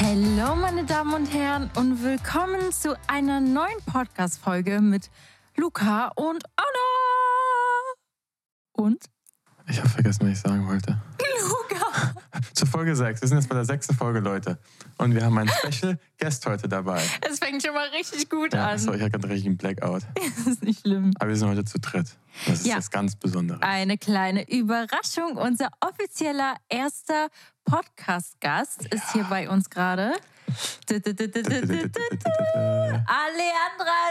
Hallo, meine Damen und Herren, und willkommen zu einer neuen Podcast-Folge mit Luca und Anna. Und? Ich habe vergessen, was ich sagen wollte. Luca! Zur Folge 6. Wir sind jetzt bei der sechsten Folge, Leute. Und wir haben einen Special Guest heute dabei. Es fängt schon mal richtig gut Ja, an. so, ich hatte gerade richtig einen Blackout. Das ist nicht schlimm. Aber wir sind heute zu dritt. Das ist Ja. das ganz Besondere. Eine kleine Überraschung. Unser offizieller erster Podcast-Gast ist hier bei uns gerade. Alejandra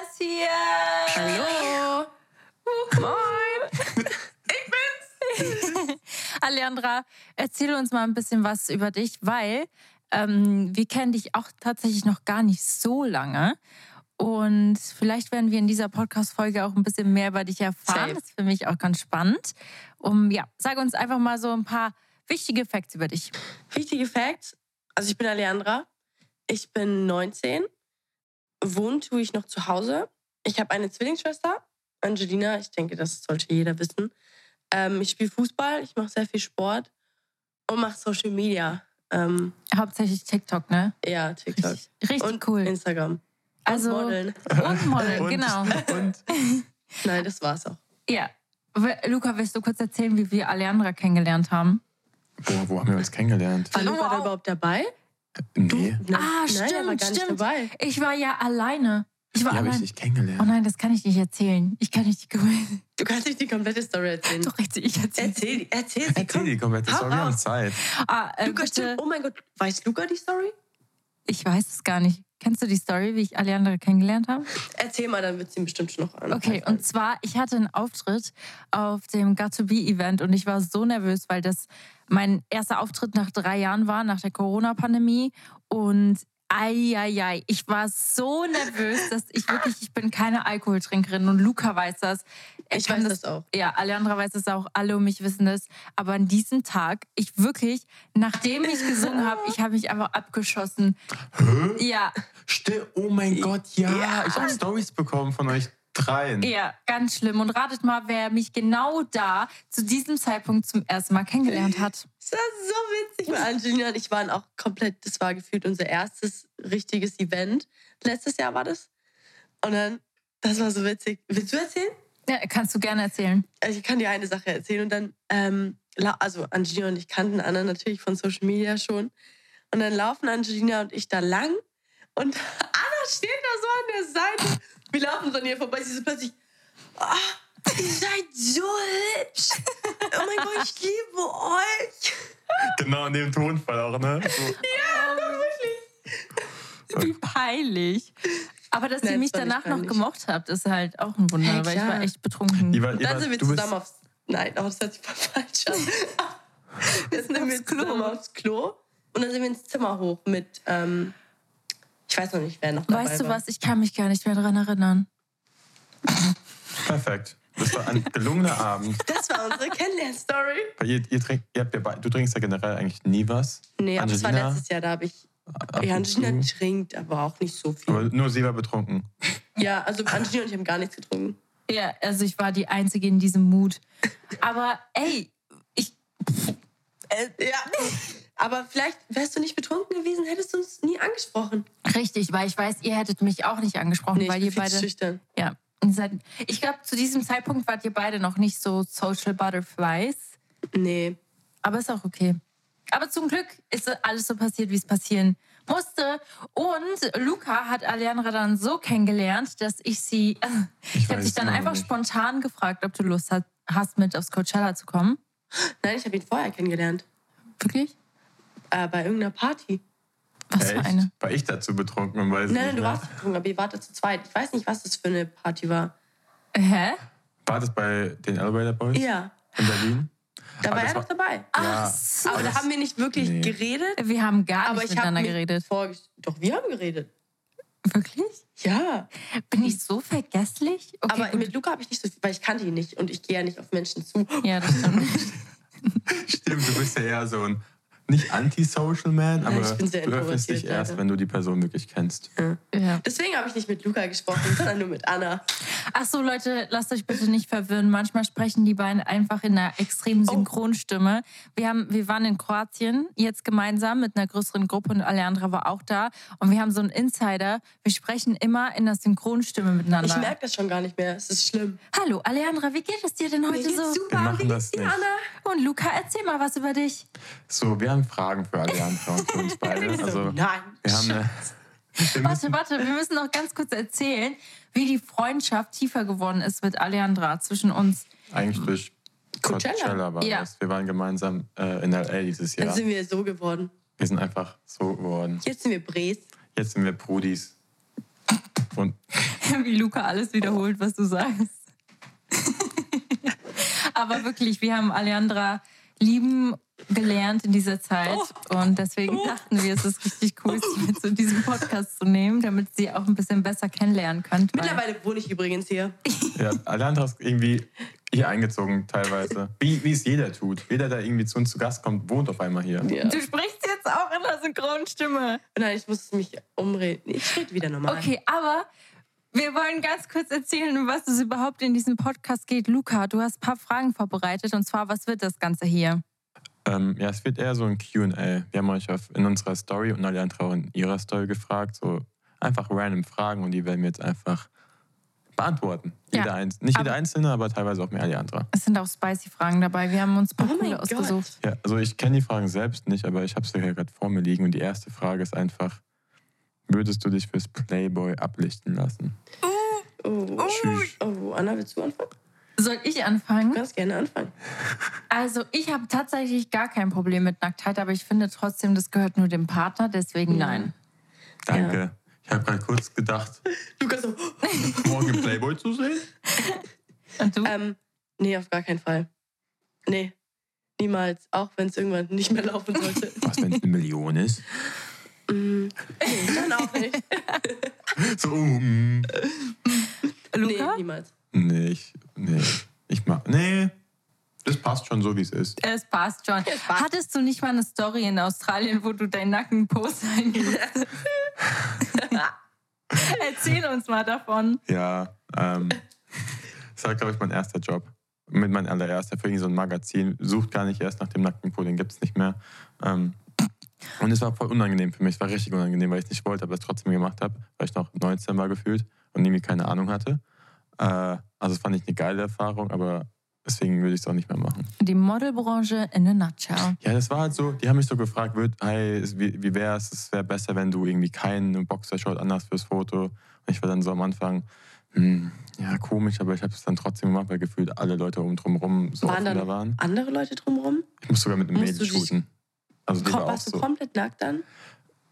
ist hier. Hallo. Moin. Ich bin's. Alejandra, erzähl uns mal ein bisschen was über dich, weil ähm, wir kennen dich auch tatsächlich noch gar nicht so lange. Und vielleicht werden wir in dieser Podcast-Folge auch ein bisschen mehr über dich erfahren. Safe. Das ist für mich auch ganz spannend. Um, ja, sag uns einfach mal so ein paar wichtige Facts über dich. Wichtige Fact, also ich bin Alejandra, ich bin 19, wohne tue ich noch zu Hause. Ich habe eine Zwillingsschwester, Angelina, ich denke, das sollte jeder wissen. Ähm, ich spiele Fußball, ich mache sehr viel Sport und mache Social Media. Ähm, Hauptsächlich TikTok, ne? ja, TikTok. Richtig, richtig und cool. Instagram. Und Also- Modeln. Und Model, Und- genau. Und Nein, das war's auch. Ja. W- Luca, willst du kurz erzählen, wie wir Alejandra kennengelernt haben? wo, wo haben wir uns kennengelernt? War Wow. Luca da überhaupt dabei? Nee. Nein, Ah, nein, er war stimmt, gar nicht stimmt. dabei. Ich war ja alleine. Ich war Die habe ich allein. nicht Oh kennengelernt. nein, das kann ich nicht erzählen. Ich kann nicht die Du kannst nicht die komplette Story erzählen. Doch richtig, ich erzähle. Erzähl, erzähl, sie, Erzähl komm. die komplette Hau Story, wir haben raus. Zeit. Ah, äh, Luca, bitte. stimmt. Oh mein Gott, weiß Luca die Story? Ich weiß es gar nicht. Kennst du die Story, wie ich Alejandra kennengelernt habe? Erzähl mal, dann wird sie bestimmt schon noch an. Okay, und zwar, ich hatte einen Auftritt auf dem Got to Be Event und ich war so nervös, weil das mein erster Auftritt nach drei Jahren war, nach der Corona-Pandemie. Und eieiei, ich war so nervös, dass ich wirklich, ich bin keine Alkoholtrinkerin und Luca weiß das. Er Ich kann weiß das auch. Ja, Alejandra weiß das auch, alle um mich wissen das. Aber an diesem Tag, ich wirklich, nachdem ich gesungen habe, ich habe mich einfach abgeschossen. Ja, Stimmt. Oh mein Gott, ja. Ich habe Stories bekommen von euch dreien. Ja, ganz schlimm. Und ratet mal, wer mich genau da zu diesem Zeitpunkt zum ersten Mal kennengelernt hat. Das war so witzig. Weil Angelina und ich waren auch komplett, das war gefühlt unser erstes richtiges Event. Letztes Jahr war das. Und dann, das war so witzig. Willst du erzählen? Ja, kannst du gerne erzählen. Also ich kann dir eine Sache erzählen und dann, ähm, la- also Angelina und ich kannten Anna natürlich von Social Media schon. Und dann laufen Angelina und ich da lang und Anna steht da so an der Seite. Wir laufen so an ihr vorbei. Sie so plötzlich, ah, ihr seid so hübsch. Oh mein Gott, ich liebe euch. Genau in dem Tonfall auch, ne? So. Wie peinlich. Aber dass Nein, ihr mich das war nicht danach noch peinlich. gemocht habt, ist halt auch ein Wunder, Hey, weil ich klar. war echt betrunken. Ihr wart- ihr Dann wart- sind wir du bist- zusammen aufs. Nein, oh, das hört sich voll falsch an. Jetzt sind wir aufs Klo. zusammen aufs Klo und dann sind wir ins Zimmer hoch mit, ähm, ich weiß noch nicht, wer noch dabei Weißt du war. was? Ich kann mich gar nicht mehr daran erinnern. Perfekt. Das war ein gelungener Abend. Das war unsere Kennenlern-Story. Weil Ihr, ihr trinkt, ihr habt ja, bei- du trinkst ja generell eigentlich nie was. Nee, aber es war Angelina, letztes Jahr, da habe ich. ab Ja, und Angelina zu. trinkt, aber auch nicht so viel. Aber nur sie war betrunken. Ja, also Angelina und ich haben gar nichts getrunken. Ja, also ich war die Einzige in diesem Mut. Aber ey, ich, Äh, ja. Aber vielleicht wärst du nicht betrunken gewesen, hättest du uns nie angesprochen. richtig, weil ich weiß, ihr hättet mich auch nicht angesprochen, Nee, ich weil bin ihr viel zu beide. schüchtern. Ja. ihr seid- Ich glaube, zu diesem Zeitpunkt wart ihr beide noch nicht so Social Butterflies. Nee. Aber ist auch okay. Aber zum Glück ist alles so passiert, wie es passieren musste. Und Luca hat Alejandra dann so kennengelernt, dass ich sie. Ich, habe weiß dich dann immer noch einfach nicht. spontan gefragt, ob du Lust hat- hast, mit aufs Coachella zu kommen. Nein, ich habe ihn vorher kennengelernt. Wirklich? Äh, bei irgendeiner Party. Was für eine? War ich dazu betrunken? und Weiß Nein, nein, nicht du mehr. warst betrunken, aber ihr wartet zu zweit. Ich weiß nicht, was das für eine Party war. Hä? War das bei den Elevator Boys Ja. in Berlin? Da Aber war Ah, das er war- doch dabei. Ah, Ja. so. Aber da haben wir nicht wirklich Nee. geredet. Wir haben gar Aber nicht ich habe miteinander geredet. Doch, wir haben geredet. Wirklich? Ja. Bin ich so vergesslich? Okay, aber gut. mit Luca habe ich nicht so viel, weil ich kannte ihn nicht und ich gehe ja nicht auf Menschen zu. ja, das stimmt. Stimmt, du bist ja eher so ein nicht antisocial man, aber ich bin sehr du öffnest dich introvertiert, erst, leider. wenn du die Person wirklich kennst. ja. Deswegen habe ich nicht mit Luca gesprochen, sondern nur mit Anna. Ach so, Leute, lasst euch bitte nicht verwirren. Manchmal sprechen die beiden einfach in einer extremen Oh. Synchronstimme. Wir, haben, wir waren in Kroatien jetzt gemeinsam mit einer größeren Gruppe und Alejandra war auch da. Und wir haben so einen Insider. Wir sprechen immer in der Synchronstimme miteinander. Ich merke das schon gar nicht mehr. Es ist schlimm. Hallo, Alejandra, wie geht es dir denn heute Mir geht's so? Wir super. machen das nicht. Und Luca, erzähl mal was über dich. So, wir haben Fragen für Alejandra und für uns beide. So, Also, wir nein. haben eine, wir müssen, Warte, warte, wir müssen noch ganz kurz erzählen, wie die Freundschaft tiefer geworden ist mit Alejandra zwischen uns. eigentlich durch Mhm. Coachella. Coachella war Ja. das. Wir waren gemeinsam äh, in L.A. dieses Dann Jahr. sind wir so geworden. Wir sind einfach so geworden. Jetzt sind wir Bres. Jetzt sind wir Brudis. Und wie Luca alles wiederholt, was du sagst. Aber wirklich, wir haben Alejandra lieben gelernt in dieser Zeit und deswegen dachten wir, es ist richtig cool, sie mit zu diesem Podcast zu nehmen, damit sie auch ein bisschen besser kennenlernen könnt. weil- Mittlerweile wohne ich übrigens hier. ja, Alejandra ist irgendwie hier eingezogen teilweise. Wie, wie es jeder tut. Jeder, der irgendwie zu uns zu Gast kommt, wohnt auf einmal hier. Ja. Du sprichst jetzt auch in der Synchronstimme. Oh Nein, ich muss mich umreden. Ich rede wieder normal. Okay, aber wir wollen ganz kurz erzählen, um was es überhaupt in diesem Podcast geht. Luca, du hast ein paar Fragen vorbereitet und zwar, was wird das Ganze hier? Ähm, ja, es wird eher so ein Q&A. Wir haben euch auf, in unserer Story und Alejandra auch in ihrer Story gefragt, so einfach random Fragen und die werden wir jetzt einfach beantworten. Ja, Jeder einz nicht jeder aber- einzelne, aber teilweise auch mehr Alejandra. Es sind auch spicy Fragen dabei. Wir haben uns ein paar Oh mein coole ausgesucht. Gott. Ja, also ich kenne die Fragen selbst nicht, aber ich habe sie hier gerade vor mir liegen und die erste Frage ist einfach, würdest du dich fürs Playboy ablichten lassen? Oh. Tschüss. oh, Anna, willst du anfangen? Soll ich anfangen? Du kannst gerne anfangen. Also ich habe tatsächlich gar kein Problem mit Nacktheit, aber ich finde trotzdem, das gehört nur dem Partner, deswegen nein. Danke. Ich habe gerade kurz gedacht, Lukas so. Mhm. morgen im Playboy zu sehen. Und du? Ähm, nee, auf gar keinen Fall. Nee. Niemals. Auch wenn es irgendwann nicht mehr laufen sollte. Was, wenn es eine Million ist? Mm, nee, dann auch nicht. So, mm, Luca? Nee, niemals. nee, ich, nee, ich mach, nee, das passt schon so, wie es ist. Es passt schon. Hattest du nicht mal eine Story in Australien, wo du deinen Nacken post Erzähl uns mal davon. Ja, ähm, das war, glaube ich, mein erster Job. Mit mein allererster, für irgendwie so ein Magazin. Sucht gar nicht erst nach dem nackten Po, den gibt es nicht mehr. Ähm, und es war voll unangenehm für mich. Es war richtig unangenehm, weil ich es nicht wollte, aber es trotzdem gemacht habe, weil ich noch 19 war gefühlt und irgendwie keine Ahnung hatte. Äh, also, das fand ich eine geile Erfahrung, aber deswegen würde ich es auch nicht mehr machen. Die Modelbranche in a nutshell. Ja, das war halt so, die haben mich so gefragt, wird, hey, wie, wie wäre es, es wäre besser, wenn du irgendwie keinen Boxershort anhast fürs Foto. Und ich war dann so am Anfang, hm, ja, komisch, aber ich habe es dann trotzdem gemacht, weil gefühlt alle Leute um drumherum so Waren offen da dann waren. andere Leute drumherum? Ich muss sogar mit einem Musst Mädel du dich- shooten. Also die Kom war auch warst du so. komplett nackt dann?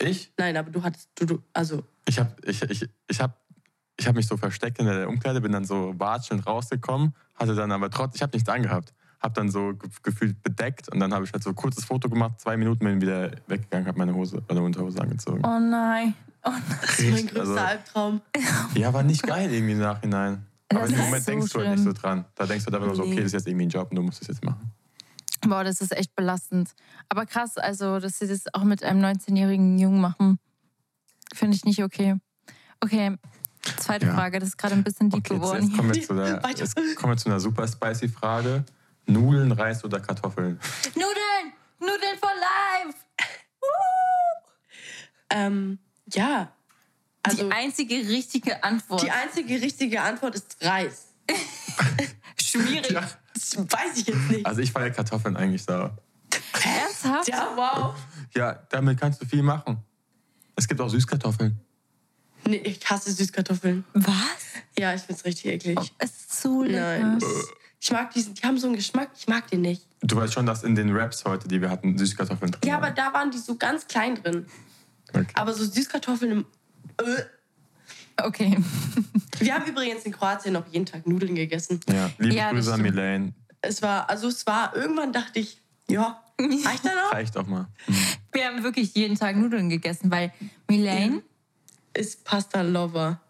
Ich? Nein, aber du hattest, du, du also, Ich habe ich, ich, ich hab, ich hab mich so versteckt in der Umkleide, bin dann so watschelnd rausgekommen, hatte dann aber trotzdem, ich habe nichts angehabt. Habe dann so ge- gefühlt bedeckt und dann habe ich halt so ein kurzes Foto gemacht, zwei Minuten bin wieder weggegangen, habe meine Hose, meine Unterhose angezogen. Oh nein. Oh das ist mein Richtig, größter also- Albtraum. Ja, war nicht geil irgendwie im Nachhinein. Das Aber in dem ist Moment so denkst du halt schlimm. nicht so dran. Da denkst du dann immer so, okay, das ist jetzt irgendwie ein Job und du musst es jetzt machen. nein. Boah, das ist echt belastend. Aber krass, also, dass sie das auch mit einem 19-jährigen Jungen machen, finde ich nicht okay. Okay, zweite Ja. Frage, das ist gerade ein bisschen deep Okay, jetzt, geworden. jetzt, hier. kommen wir zu der, Weiter. jetzt kommen wir zu einer super spicy Frage. Nudeln, Reis oder Kartoffeln? Nudeln! Nudeln for life! Ähm, ja. Also, die einzige richtige Antwort. die einzige richtige Antwort ist Reis. Schwierig. Ja. Das weiß ich jetzt nicht. Also ich feiere Kartoffeln eigentlich da. Ernsthaft? Ja, wow. Ja, damit kannst du viel machen. Es gibt auch Süßkartoffeln. Nee, ich hasse Süßkartoffeln. Was? Ja, ich find's richtig eklig. Es ist zu lecker. Nein. Ich mag diesen, die haben so einen Geschmack, ich mag den nicht. Du weißt schon, dass in den Raps heute, die wir hatten, Süßkartoffeln drin Ja, aber waren. da waren die so ganz klein drin. Okay. Aber so Süßkartoffeln im. Äh. Okay. Wir haben übrigens in Kroatien noch jeden Tag Nudeln gegessen. Ja, liebe Ja, das Grüße an stimmt. Milane. Es war, also es war, irgendwann dachte ich, ja, reicht da noch? Reicht auch mal. Mhm. Wir haben wirklich jeden Tag Nudeln gegessen, weil Milane, Ist Pasta Lover.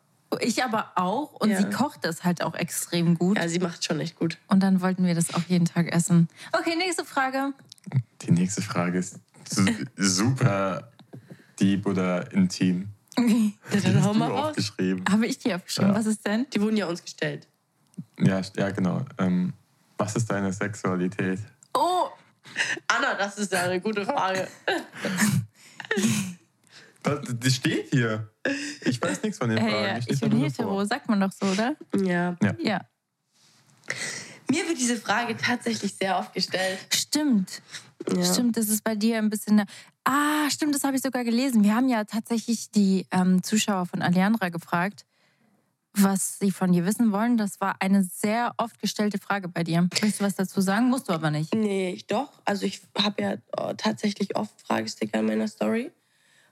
ich aber auch, und Ja. sie kocht das halt auch extrem gut. Ja, sie macht schon echt gut. Und dann wollten wir das auch jeden Tag essen. Okay, nächste Frage. Die nächste Frage ist su- super deep oder intim. Okay. Ja, Die dann Also hau hast du mal raus. aufgeschrieben. Habe ich dir aufgeschrieben. Ja. Was ist denn? Die wurden ja uns gestellt. Ja, st- ja genau. Ähm, was ist deine Sexualität? Oh, Anna, das ist ja eine gute Frage. Das, das steht hier. Ich weiß nichts von den Fragen. hey, Äh, ja, Die steht ich bin einfach nur hetero, vor. sagt man doch so, oder? Ja. Ja. Mir wird diese Frage tatsächlich sehr oft gestellt. Stimmt. Ja. Stimmt, das ist bei dir ein bisschen. Ah, stimmt, das habe ich sogar gelesen. Wir haben ja tatsächlich die ähm, Zuschauer von Aliandra gefragt, was sie von dir wissen wollen. Das war eine sehr oft gestellte Frage bei dir. Willst du was dazu sagen? Musst du aber nicht. Nee, ich doch. Also ich habe ja äh, tatsächlich oft Fragesticker in meiner Story.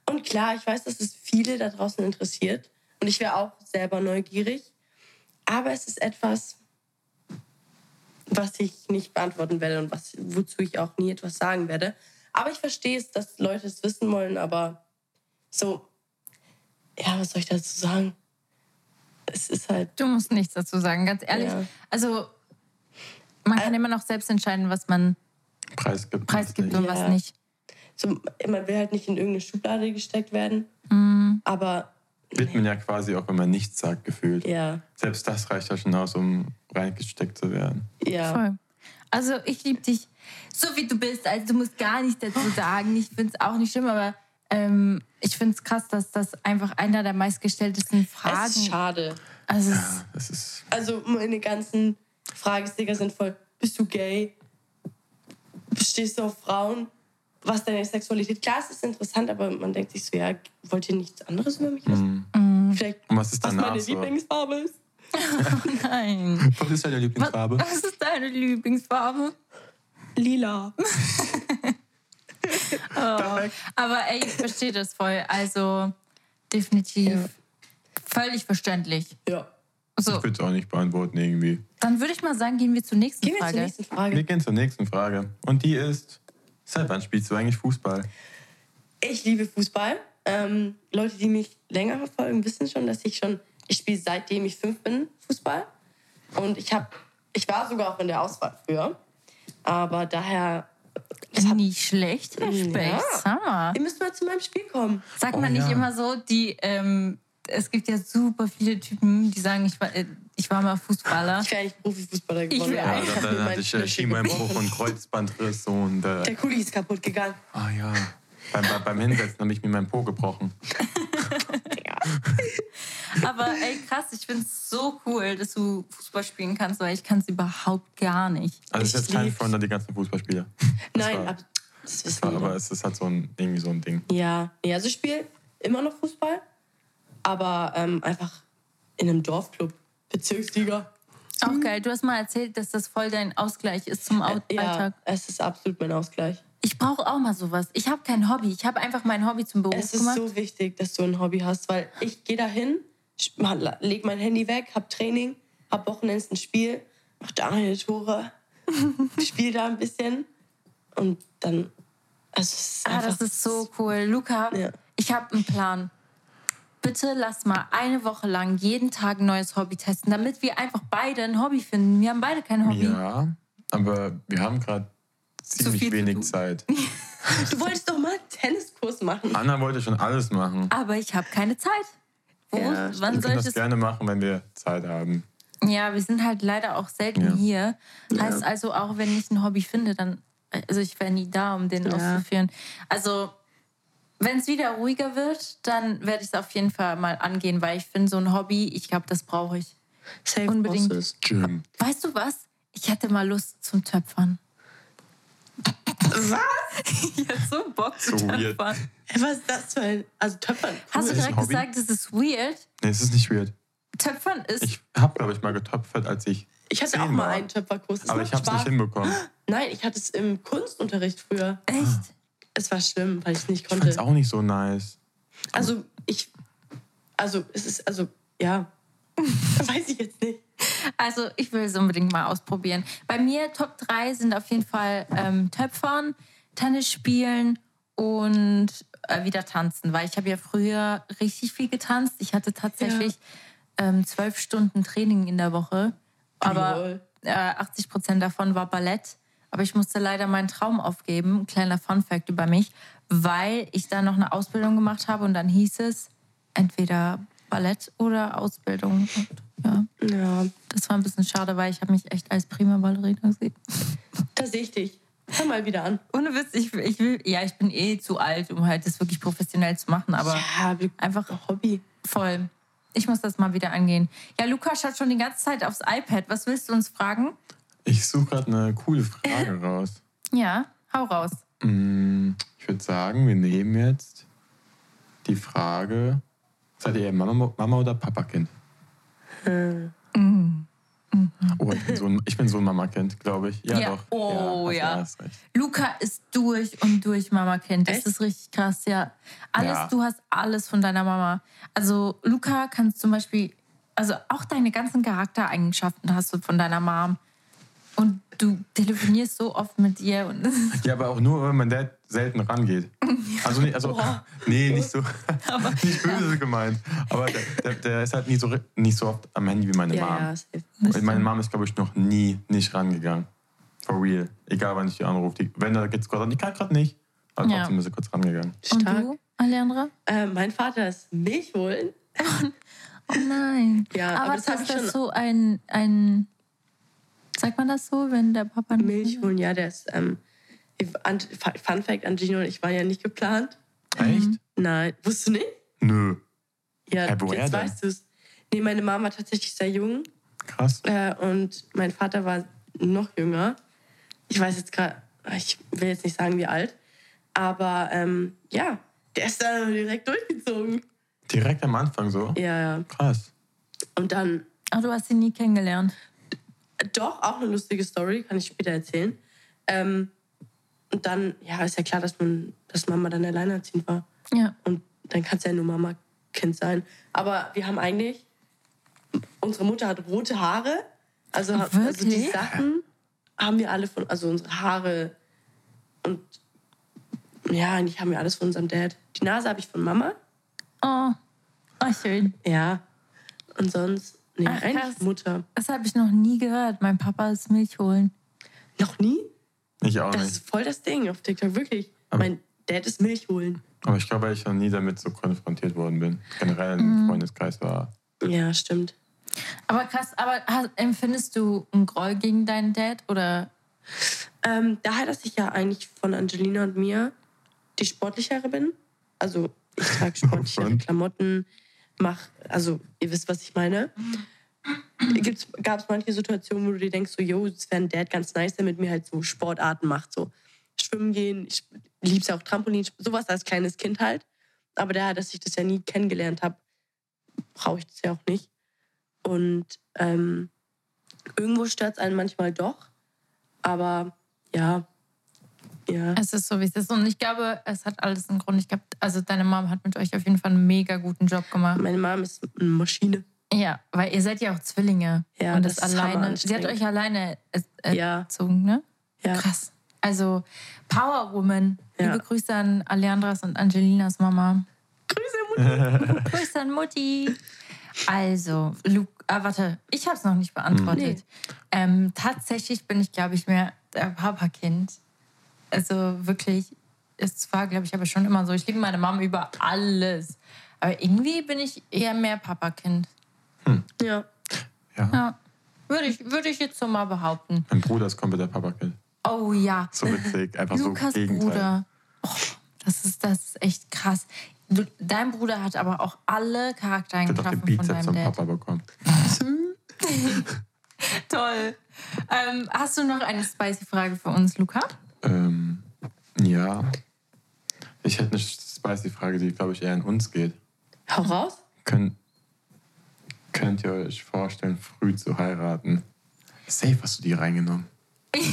Und klar, ich weiß, dass es viele da draußen interessiert. Und ich wäre auch selber neugierig. Aber es ist etwas, was ich nicht beantworten werde und was, wozu ich auch nie etwas sagen werde. Aber ich verstehe es, dass Leute es wissen wollen, aber so, ja, was soll ich dazu sagen? Es ist halt, Du musst nichts dazu sagen, ganz ehrlich. Ja. Also, man kann immer noch selbst entscheiden, was man Preis gibt. preisgibt es und nicht. was Ja. nicht. so, man will halt nicht in irgendeine Schublade gesteckt werden. Aber Wird man ja quasi auch, wenn man nichts sagt, gefühlt. ja, Selbst das reicht ja schon aus, um reingesteckt zu werden. ja. Voll. Also, ich liebe dich so, wie du bist. Also, du musst gar nichts dazu sagen. Ich finde es auch nicht schlimm, aber ähm, ich finde es krass, dass das einfach einer der meistgestelltesten Fragen Es ist schade. Also, es Ja, das ist. Also meine ganzen Fragesticker sind voll, bist du gay? Stehst du auf Frauen? Was ist deine Sexualität? Klar, es ist interessant, aber man denkt sich so, ja, wollt ihr nichts anderes über mich wissen? Mhm. Vielleicht, Und was ist was danach meine so? Lieblingsfarbe ist? nein. Was ist deine Was, Lieblingsfarbe? was ist deine Lieblingsfarbe? Lila. Aber ey, ich verstehe das voll. Also, definitiv Ja. völlig verständlich. Ja. So, Ich würde es auch nicht beantworten, irgendwie. dann würde ich mal sagen, gehen wir zur nächsten Gehen wir Frage. zur nächsten Wir Frage. gehen zur nächsten Frage. Und die ist: Seit wann spielst du eigentlich Fußball? Ich liebe Fußball. Ähm, Leute, die mich länger verfolgen, wissen schon, dass ich schon, ich spiele seitdem ich fünf bin Fußball. Und ich habe, ich war sogar auch in der Auswahl früher. Aber daher Nicht schlecht, Respekt. Hm, Ja. Hammer. Ihr müsst mal zu meinem Spiel kommen. Sagt Oh man nicht ja. immer so, die, ähm, es gibt ja super viele Typen, die sagen, ich war, äh, ich war mal Fußballer. Ich wäre eigentlich Profifußballer geworden. will aber Ja, ich dann, hab mir dann meinen hatte ich äh, Knöchel Schienbeinbruch gebrochen. und Kreuzbandriss und. Äh, Der Kuli ist kaputt gegangen. ah ja. Beim, bei- beim Hinsetzen habe ich mir meinen Po gebrochen. Aber ey, krass, ich finde es so cool, dass du Fußball spielen kannst, weil ich kann es überhaupt gar nicht. Also es Ich ist jetzt kein lieb's. Freund an die ganzen Fußballspieler. Nein, war- ab, das wissen wir. Aber es ist halt so ein, irgendwie so ein Ding. Ja, nee, also ich spiele immer noch Fußball, aber ähm, einfach in einem Dorfclub, Bezirksliga. Auch geil, du hast mal erzählt, dass das voll dein Ausgleich ist zum Au- Mhm. Äh, Ja, Alltag. es ist absolut mein Ausgleich. Ich brauche auch mal sowas. Ich habe kein Hobby. Ich habe einfach mein Hobby zum Beruf Es ist gemacht. so wichtig, dass du ein Hobby hast, weil ich gehe dahin, sch- mach- leg mein Handy weg, hab Training, hab Wochenends ein Spiel, mach da meine Tore, spiel da ein bisschen und dann. Also es ist ah, einfach, das ist so cool. Luca, Ja. ich habe einen Plan. Bitte lass mal eine Woche lang jeden Tag ein neues Hobby testen, damit wir einfach beide ein Hobby finden. Wir haben beide kein Hobby. Ja, aber wir haben gerade viel ziemlich zu wenig tun. Zeit. Du wolltest doch mal einen Tenniskurs machen. Ah, Anna wollte schon alles machen. Aber ich habe keine Zeit. Wo, Ja, Wir wann soll können ich das das? gerne machen, wenn wir Zeit haben. Ja, wir sind halt leider auch selten Ja. hier. Heißt also, auch wenn ich ein Hobby finde, dann. Also, ich wäre nie da, um den Ja. auszuführen. Also, wenn es wieder ruhiger wird, dann werde ich es auf jeden Fall mal angehen, weil ich finde, so ein Hobby, ich glaube, das brauche ich. Safe Unbedingt. brauchst Gym. Weißt du was? Ich hatte mal Lust zum Töpfern. Was? Ich hatte so Bock zu So weird. töpfern. du es. Äh, Was ist das für ein. Also Töpfern. Hast du Ist das ein direkt Hobby? gesagt, es ist weird? Nee, es ist nicht weird. Töpfern ist. Ich habe, glaube ich, mal getöpfert, als ich. Ich hatte zehn auch mal war. einen Töpferkurs. Das Aber macht ich habe es Spaß. nicht hinbekommen. Nein, ich hatte es im Kunstunterricht früher. echt? Es war schlimm, weil ich es nicht Ich fand konnte. es auch nicht so nice. also ich, also es ist, also ja, weiß ich jetzt nicht. Also, ich will es unbedingt mal ausprobieren. Bei mir Top 3 sind auf jeden Fall ähm, Töpfern, Tennis spielen und äh, wieder tanzen, weil ich habe ja früher richtig viel getanzt. Ich hatte tatsächlich ähm, zwölf Stunden Training in der Woche, aber Lol. äh, 80 Prozent davon war Ballett. Aber ich musste leider meinen Traum aufgeben, kleiner Fun Fact über mich, weil ich dann noch eine Ausbildung gemacht habe und dann hieß es entweder Ballett oder Ausbildung. Und, ja. Ja, Das war ein bisschen schade, weil ich habe mich echt als prima Ballerina gesehen. da sehe ich dich. Fang mal wieder an. Ohne Witz, ich, ich will, ja, ich bin eh zu alt, um halt das wirklich professionell zu machen, aber ja, wir- einfach- Hobby. voll. Ich muss das mal wieder angehen. Ja, Luca schaut schon die ganze Zeit aufs iPad. Was willst du uns fragen? Ich suche gerade eine coole Frage raus. Ja, hau raus. Mm, Ich würde sagen, wir nehmen jetzt die Frage: Seid ihr eher Mama, Mama oder Papakind? Oh, ich bin so ein, ich bin so ein Mamakind, glaube ich. Ja, Ja. doch. Oh, hast- ja. hast recht. Luca ist durch und durch Mama Kind. Das Echt? ist richtig krass, ja. Alles, Ja. du hast alles von deiner Mama. Also Luca kannst zum Beispiel, also auch deine ganzen Charaktereigenschaften hast du von deiner Mom. Und du telefonierst so oft mit ihr und Ja, aber auch nur, wenn mein Dad selten rangeht. Also, nee, also nee, nicht so. nicht böse gemeint. Aber der, der, der ist halt nicht so, ri- nicht so oft am Handy wie meine Mom. Ja, ja, safe. Und Meine Mom ist, glaube ich, noch nie nicht rangegangen. For real. Egal, wann ich die anrufe. Die, wenn da geht's kurz an, die kann gerade nicht. Aber Ja. trotzdem ist sie kurz rangegangen. Und Stark. du, Alejandra? Äh, mein Vater ist Milch holen. Oh nein. Ja, aber aber das hab ist ich das schon- so ein, ein, sagt man das so, wenn der Papa nicht- Milch holen, ja, der ist. Ähm, an, Fun Fact: Angino und ich waren ja nicht geplant. Mhm. Echt? Nein, wusstest du nicht? Nö. Ja, Hä, Äh, woher jetzt denn? weißt du es. Nee, meine Mama war tatsächlich sehr jung. Krass. Äh, und mein Vater war noch jünger. Ich weiß jetzt gerade, ich will jetzt nicht sagen, wie alt. Aber ähm, ja, der ist dann direkt durchgezogen. Direkt am Anfang so. Ja, ja. Krass. Und dann Ach, Ah, du hast ihn nie kennengelernt. doch auch eine lustige Story, kann ich später erzählen. Ähm, und dann, ja, ist ja klar, dass, man, dass Mama dann alleinerziehend war. Ja. Und dann kann es ja nur Mama-Kind sein. Aber wir haben eigentlich, unsere Mutter hat rote Haare. Also, also die Wirklich? Sachen haben wir alle von, also unsere Haare und ja, eigentlich haben wir alles von unserem Dad. Die Nase habe ich von Mama. Oh, oh schön. Ja. Und sonst, nee, Ach, eigentlich krass. Mutter. Das habe ich noch nie gehört. Mein Papa ist Milch holen. Noch nie? Ich auch Das nicht. ist voll das Ding auf TikTok, wirklich. Aber- mein Dad ist Milch holen. Aber ich glaube, weil ich noch nie damit so konfrontiert worden bin. Generell im Mhm. Freundeskreis war. Ja, stimmt. Aber krass, aber hast, empfindest du einen Groll gegen deinen Dad? Oder Ähm, daher, dass ich ja eigentlich von Angelina und mir die sportlichere bin. Also ich trage sportlichere Front. Klamotten, mach, also ihr wisst, was ich meine. Gab es manche Situationen, wo du dir denkst, so, yo, es wäre ein Dad ganz nice, der mit mir halt so Sportarten macht, so Schwimmen gehen, ich lieb's ja auch Trampolin, sowas als kleines Kind halt. Aber daher, dass ich das ja nie kennengelernt habe, brauche ich das ja auch nicht. Und ähm, irgendwo stört es einen manchmal doch, aber ja. Ja. es ist so, wie es ist? Und ich glaube, es hat alles einen Grund. Ich glaube, also deine Mom hat mit euch auf jeden Fall einen mega guten Job gemacht. Meine Mom ist eine Maschine. Ja, weil ihr seid ja auch Zwillinge. Ja, und das das, ist alleine. Sie hat hammeranstrengend. euch alleine äh, Ja. erzogen, ne? Ja. Krass. Also Power Woman. Ja. Liebe Grüße an Aleandras und Angelinas Mama. Grüße, Mutter. Grüße an Mutti. Also, Luke, ah, warte, ich habe es noch nicht Hm. beantwortet. Ähm, tatsächlich bin ich, glaube ich, mehr der Papakind. Also wirklich, es war, glaube ich, aber schon immer so. Ich liebe meine Mama über alles. Aber irgendwie bin ich eher mehr Papakind. Ja. Ja. Ja. Würde ich, würde ich jetzt so mal behaupten. Mein Bruder ist kompletter Papakind. Oh ja. So witzig, einfach Lukas so Gegenteil. Bruder. Oh, das, ist, das ist echt krass. Du, dein Bruder hat aber auch alle Ich hätte auch den Charaktereigenschaften von Bizeps deinem vom Dad. Papa bekommen. Toll. Ähm, hast du noch eine spicy Frage für uns, Luca? Ähm, ja. Ich hätte eine spicy Frage, die, glaube ich, eher an uns geht. Hau raus. Könnt, könnt ihr euch vorstellen, früh zu heiraten? Safe hast du die reingenommen. ich,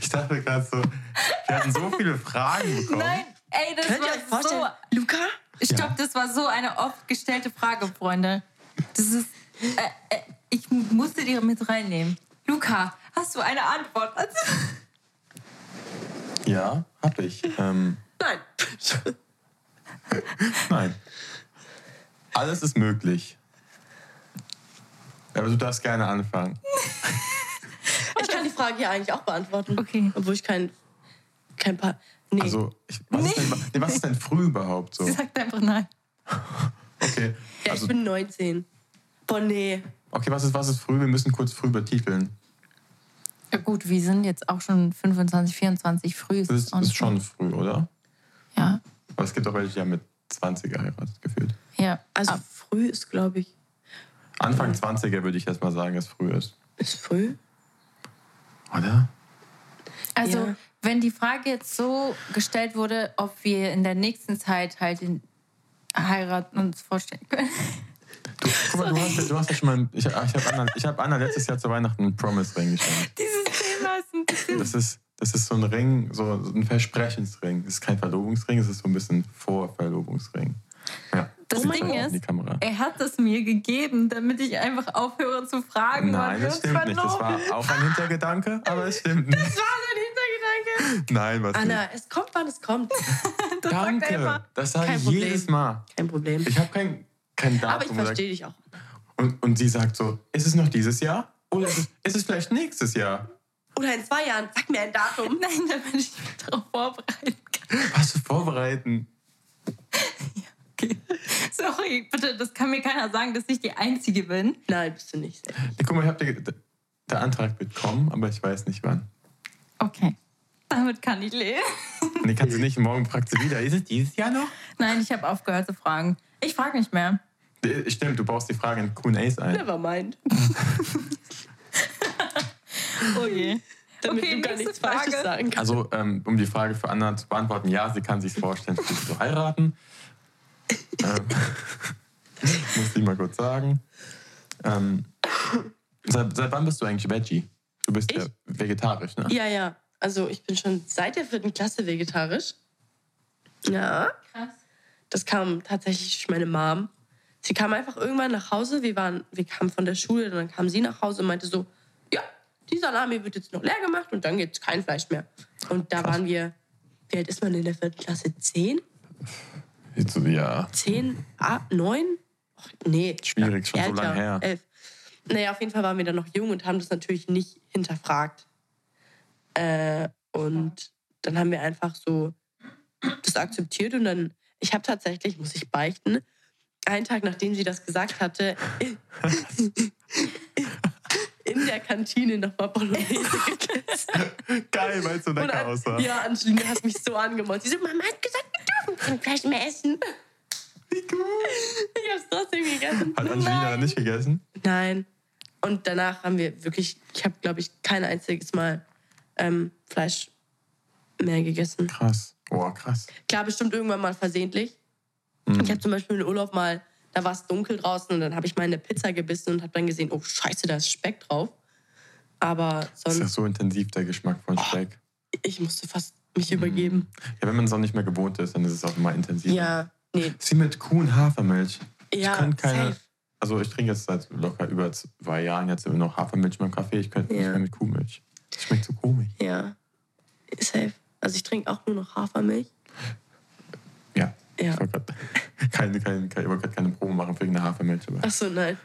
ich dachte gerade so, wir hatten so viele Fragen bekommen. ey, das Könnt ihr euch vorstellen? Luca? so. Stopp, das war so eine oft gestellte Frage, Freunde. Das ist. Äh, äh, ich musste die mit reinnehmen. Luca, hast du eine Antwort? Ja, hab ich. Ähm, Nein. Nein. Alles ist möglich. Aber du darfst gerne anfangen. Ich kann die Frage ja eigentlich auch beantworten. Okay. Obwohl ich kein. Kein paar. Nee. Also, ich, was, ist denn, nee, was ist denn früh überhaupt so? Sie sagt einfach nein. Okay, ja, also, ich bin 19. Boah, nee. okay was, ist, was ist früh? Wir müssen kurz früh betiteln. Ja, gut, wir sind jetzt auch schon 25, 24 früh. Das ist, auch ist nicht- schon früh, oder? Ja. Aber es gibt auch welche, die haben mit 20 geheiratet, gefühlt. ja. Also Ah, früh ist, glaube ich. Anfang 20er würde ich erst mal sagen, dass früh ist. Ist früh? Oder? Also, Ja. wenn die Frage jetzt so gestellt wurde, ob wir in der nächsten Zeit halt in heiraten uns vorstellen können. Du, guck mal, du hast, ja- du hast ja schon mal. ein- Ich, ich habe Anna, ich hab Anna letztes Jahr zu Weihnachten einen Promise-Ring geschenkt. Dieses Thema ist ein bisschen. Das ist, das ist so ein Ring, so so ein Versprechensring. Das ist kein Verlobungsring, es ist so ein bisschen Vorverlobungsring. Ja. Das Sieht Ding man auch in ist, die Kamera. er hat es mir gegeben, damit ich einfach aufhöre zu fragen, wann Nein, wir das uns stimmt verloben. nicht. Das war auch ein Hintergedanke, aber es stimmt nicht. Das war dein Hintergedanke. Nein, was nicht. Anna, es kommt, wann es kommt. Das sagt er Danke. immer. Das sage Kein ich Problem. jedes Mal. Kein Problem. Ich habe kein, kein Datum. Aber ich gesagt. verstehe dich auch. Und, und sie sagt so, ist es noch dieses Jahr? Oder ist es, ist es vielleicht nächstes Jahr? Oder in zwei Jahren. Sag mir ein Datum. Nein, damit ich mich darauf vorbereiten kann. Was zu vorbereiten? Okay. Sorry, bitte, das kann mir keiner sagen, dass ich die Einzige bin. Nein, bist du nicht. Ja, guck mal, ich habe den, den Antrag bekommen, aber ich weiß nicht wann. Okay. Damit kann ich leben. Nee, kannst du nicht. Morgen fragt sie wieder, ist es dieses Jahr noch? Nein, ich habe aufgehört zu fragen. Ich frage nicht mehr. Äh, Stimmt, du baust die Frage in Q&As ein. Nevermind. Okay. Damit Okay, du gar nächste nichts Frage. Falsches sagen kannst. Also, ähm, um die Frage für Anna zu beantworten, ja, sie kann sich vorstellen, sie zu heiraten. ähm, muss ich mal kurz sagen. Ähm, seit, seit wann bist du eigentlich Veggie? Du bist ja Ich? vegetarisch, ne? Ja, ja. Also ich bin schon seit der vierten Klasse vegetarisch. Ja. Krass. Das kam tatsächlich durch meine Mom. Sie kam einfach irgendwann nach Hause. Wir, waren, wir kamen von der Schule, dann kam sie nach Hause und meinte so, ja, die Salami wird jetzt noch leer gemacht und dann gibt es kein Fleisch mehr. Und da Krass. waren wir, wie alt ist man in der vierten Klasse? Zehn? Jetzt so, ja. Zehn? Ah, neun? Och, nee. Schwierig, schon so älter, lange her. Elf. Naja, auf jeden Fall waren wir dann noch jung und haben das natürlich nicht hinterfragt. Äh, und dann haben wir einfach so das akzeptiert und dann, ich habe tatsächlich, muss ich beichten, einen Tag nachdem sie das gesagt hatte, in der Kantine nochmal Bolognese geküsst. Geil, weil es so Und lecker An- aussah. Ja, Angelina hat mich so angemacht. Sie so, Mama hat gesagt, wir dürfen kein Fleisch mehr essen. Wie gut. Ich hab's trotzdem gegessen. Hat Angelina dann nicht gegessen? Nein. Und danach haben wir wirklich, ich habe, glaube ich, kein einziges Mal ähm, Fleisch mehr gegessen. Krass. Boah, krass. Hm. Klar, bestimmt irgendwann mal versehentlich. Ich habe zum Beispiel in Urlaub mal, da war es dunkel draußen und dann habe ich mal in eine Pizza gebissen und habe dann gesehen, oh scheiße, da ist Speck drauf. Aber Das ist ja sonst, Ah, so intensiv, der Geschmack von Speck. Hm. ich musste fast mich übergeben. Ja, wenn man es auch nicht mehr gewohnt ist, dann ist es auch immer intensiver. Ja, nee. Sie mit Kuh und Hafermilch. Ja, Hm. ich kann keine. safe. Also ich trinke jetzt seit locker über zwei Jahren jetzt immer noch Hafermilch in meinem Kaffee. Ich könnte nicht Ja. mehr mit Kuhmilch. Das schmeckt so komisch. Ja, safe. Also ich trinke auch nur noch Hafermilch. Ja. Ja. Ich wollte gerade keine, keine, keine, ich wollte gerade keine Probe machen für irgendeine Hafermilch. Aber Ach so, nein.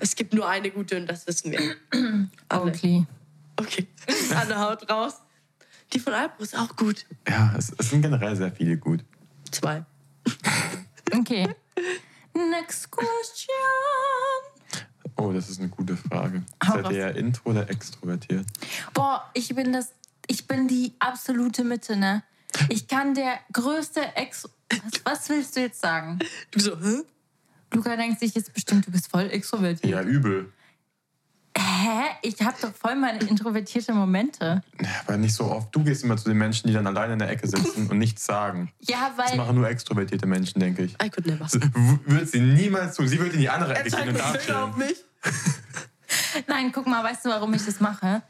es gibt nur eine gute und das wissen wir. Alle. Oakley. Okay. Anne haut raus. Die von Alpro ist auch gut. ja, es, es sind generell sehr viele gut. Zwei. Okay. Next question. Oh, das ist eine gute Frage. Hau Seid raus. ihr eher intro oder extrovertiert? Boah, ich bin das, ich bin die absolute Mitte, ne? Ich kann der größte Ex. Was, was willst du jetzt sagen? Du so, hä? Luca denkt sich jetzt bestimmt, du bist voll extrovertiert. Ja, übel. Hä? Ich habe doch voll meine introvertierte Momente. Aber nicht so oft. Du gehst immer zu den Menschen, die dann alleine in der Ecke sitzen und nichts sagen. Ja, Das weil. machen nur extrovertierte Menschen, denke ich. I could never. Das w- Wird sie niemals tun. Sie wird in die andere Er Ecke zeigt gehen und mit Finger auf abstellen. mich. Nein, guck mal, weißt du, warum ich das mache?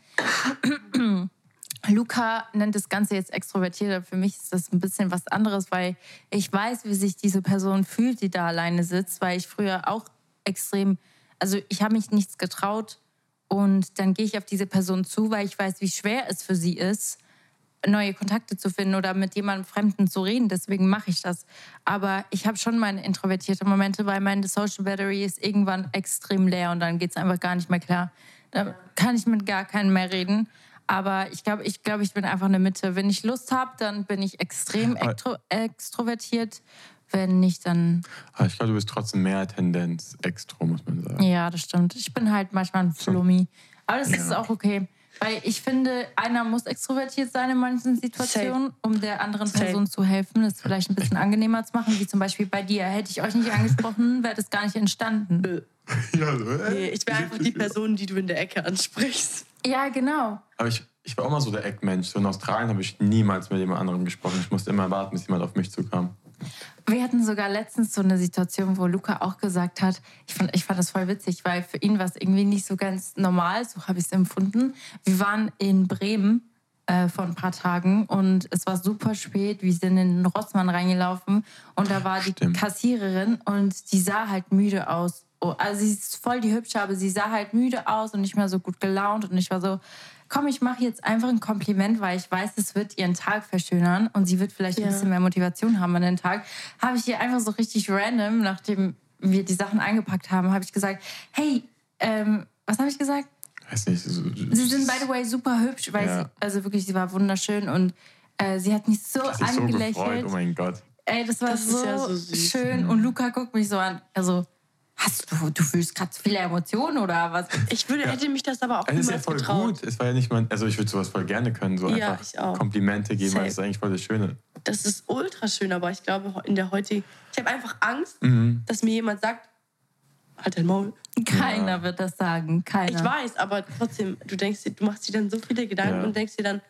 Luca nennt das Ganze jetzt extrovertiert, aber für mich ist das ein bisschen was anderes, weil ich weiß, wie sich diese Person fühlt, die da alleine sitzt, weil ich früher auch extrem, also ich habe mich nichts getraut und dann gehe ich auf diese Person zu, weil ich weiß, wie schwer es für sie ist, neue Kontakte zu finden oder mit jemandem Fremden zu reden. Deswegen mache ich das. Aber ich habe schon meine introvertierten Momente, weil meine Social Battery ist irgendwann extrem leer und dann geht es einfach gar nicht mehr klar. Da kann ich mit gar keinem mehr reden. Aber ich glaube, ich, glaube, ich bin einfach eine Mitte. Wenn ich Lust habe, dann bin ich extrem Aber- extro extrovertiert. Wenn nicht, dann Ah, Ich glaube, du bist trotzdem mehr Tendenz extro, muss man sagen. ja, das stimmt. Ich bin halt manchmal ein Flummi. Aber das ist Ja. auch okay. Weil ich finde, einer muss extrovertiert sein in manchen Situationen, um der anderen Safe. Person zu helfen, das vielleicht ein bisschen angenehmer zu machen, wie zum Beispiel bei dir. Hätte ich euch nicht angesprochen, wäre das gar nicht entstanden. Ja, so, äh, Nee, ich wäre einfach die Person, die du in der Ecke ansprichst. Ja, genau. Aber ich, ich war auch mal so der Eckmensch. So in Australien habe ich niemals mit jemand anderem gesprochen. Ich musste immer warten, bis jemand auf mich zukam. Wir hatten sogar letztens so eine Situation, wo Luca auch gesagt hat, ich fand, ich fand das voll witzig, weil für ihn war es irgendwie nicht so ganz normal, so habe ich es empfunden. Wir waren in Bremen äh, vor ein paar Tagen und es war super spät. Wir sind in den Rossmann reingelaufen und da war die Stimmt. Kassiererin und die sah halt müde aus. Oh, Also sie ist voll die Hübsche, aber sie sah halt müde aus und nicht mehr so gut gelaunt. Und ich war so, komm, ich mache jetzt einfach ein Kompliment, weil ich weiß, es wird ihren Tag verschönern und sie wird vielleicht ein Ja. bisschen mehr Motivation haben an den Tag. Habe ich ihr einfach so richtig random, nachdem wir die Sachen eingepackt haben, habe ich gesagt, hey, ähm, was habe ich gesagt? Weiß nicht. So, Sie sind, by the way, super hübsch, weil Ja. sie, also wirklich, sie war wunderschön und äh, sie hat mich so hat sich so gefreut. angelächelt. Oh mein Gott. Ey, das war Das ist so, ja so süß. schön. Und Luca guckt mich so an. Also, hast du, du fühlst gerade viele Emotionen oder was? Ich würde, hätte mich das aber auch Es ist ja niemals voll getraut. gut. Es war ja nicht mein. Also ich würde sowas voll gerne können. So Ja, ich einfach auch. Komplimente geben, weil Safe. das ist eigentlich voll das Schöne. Das ist ultra schön, aber ich glaube, in der heutigen. Ich habe einfach Angst, Mhm. dass mir jemand sagt, halt dein Maul. Keiner wird das sagen. Keiner. Ich weiß, aber trotzdem, du denkst, dir- du machst dir dann so viele Gedanken Ja. und denkst dir dann,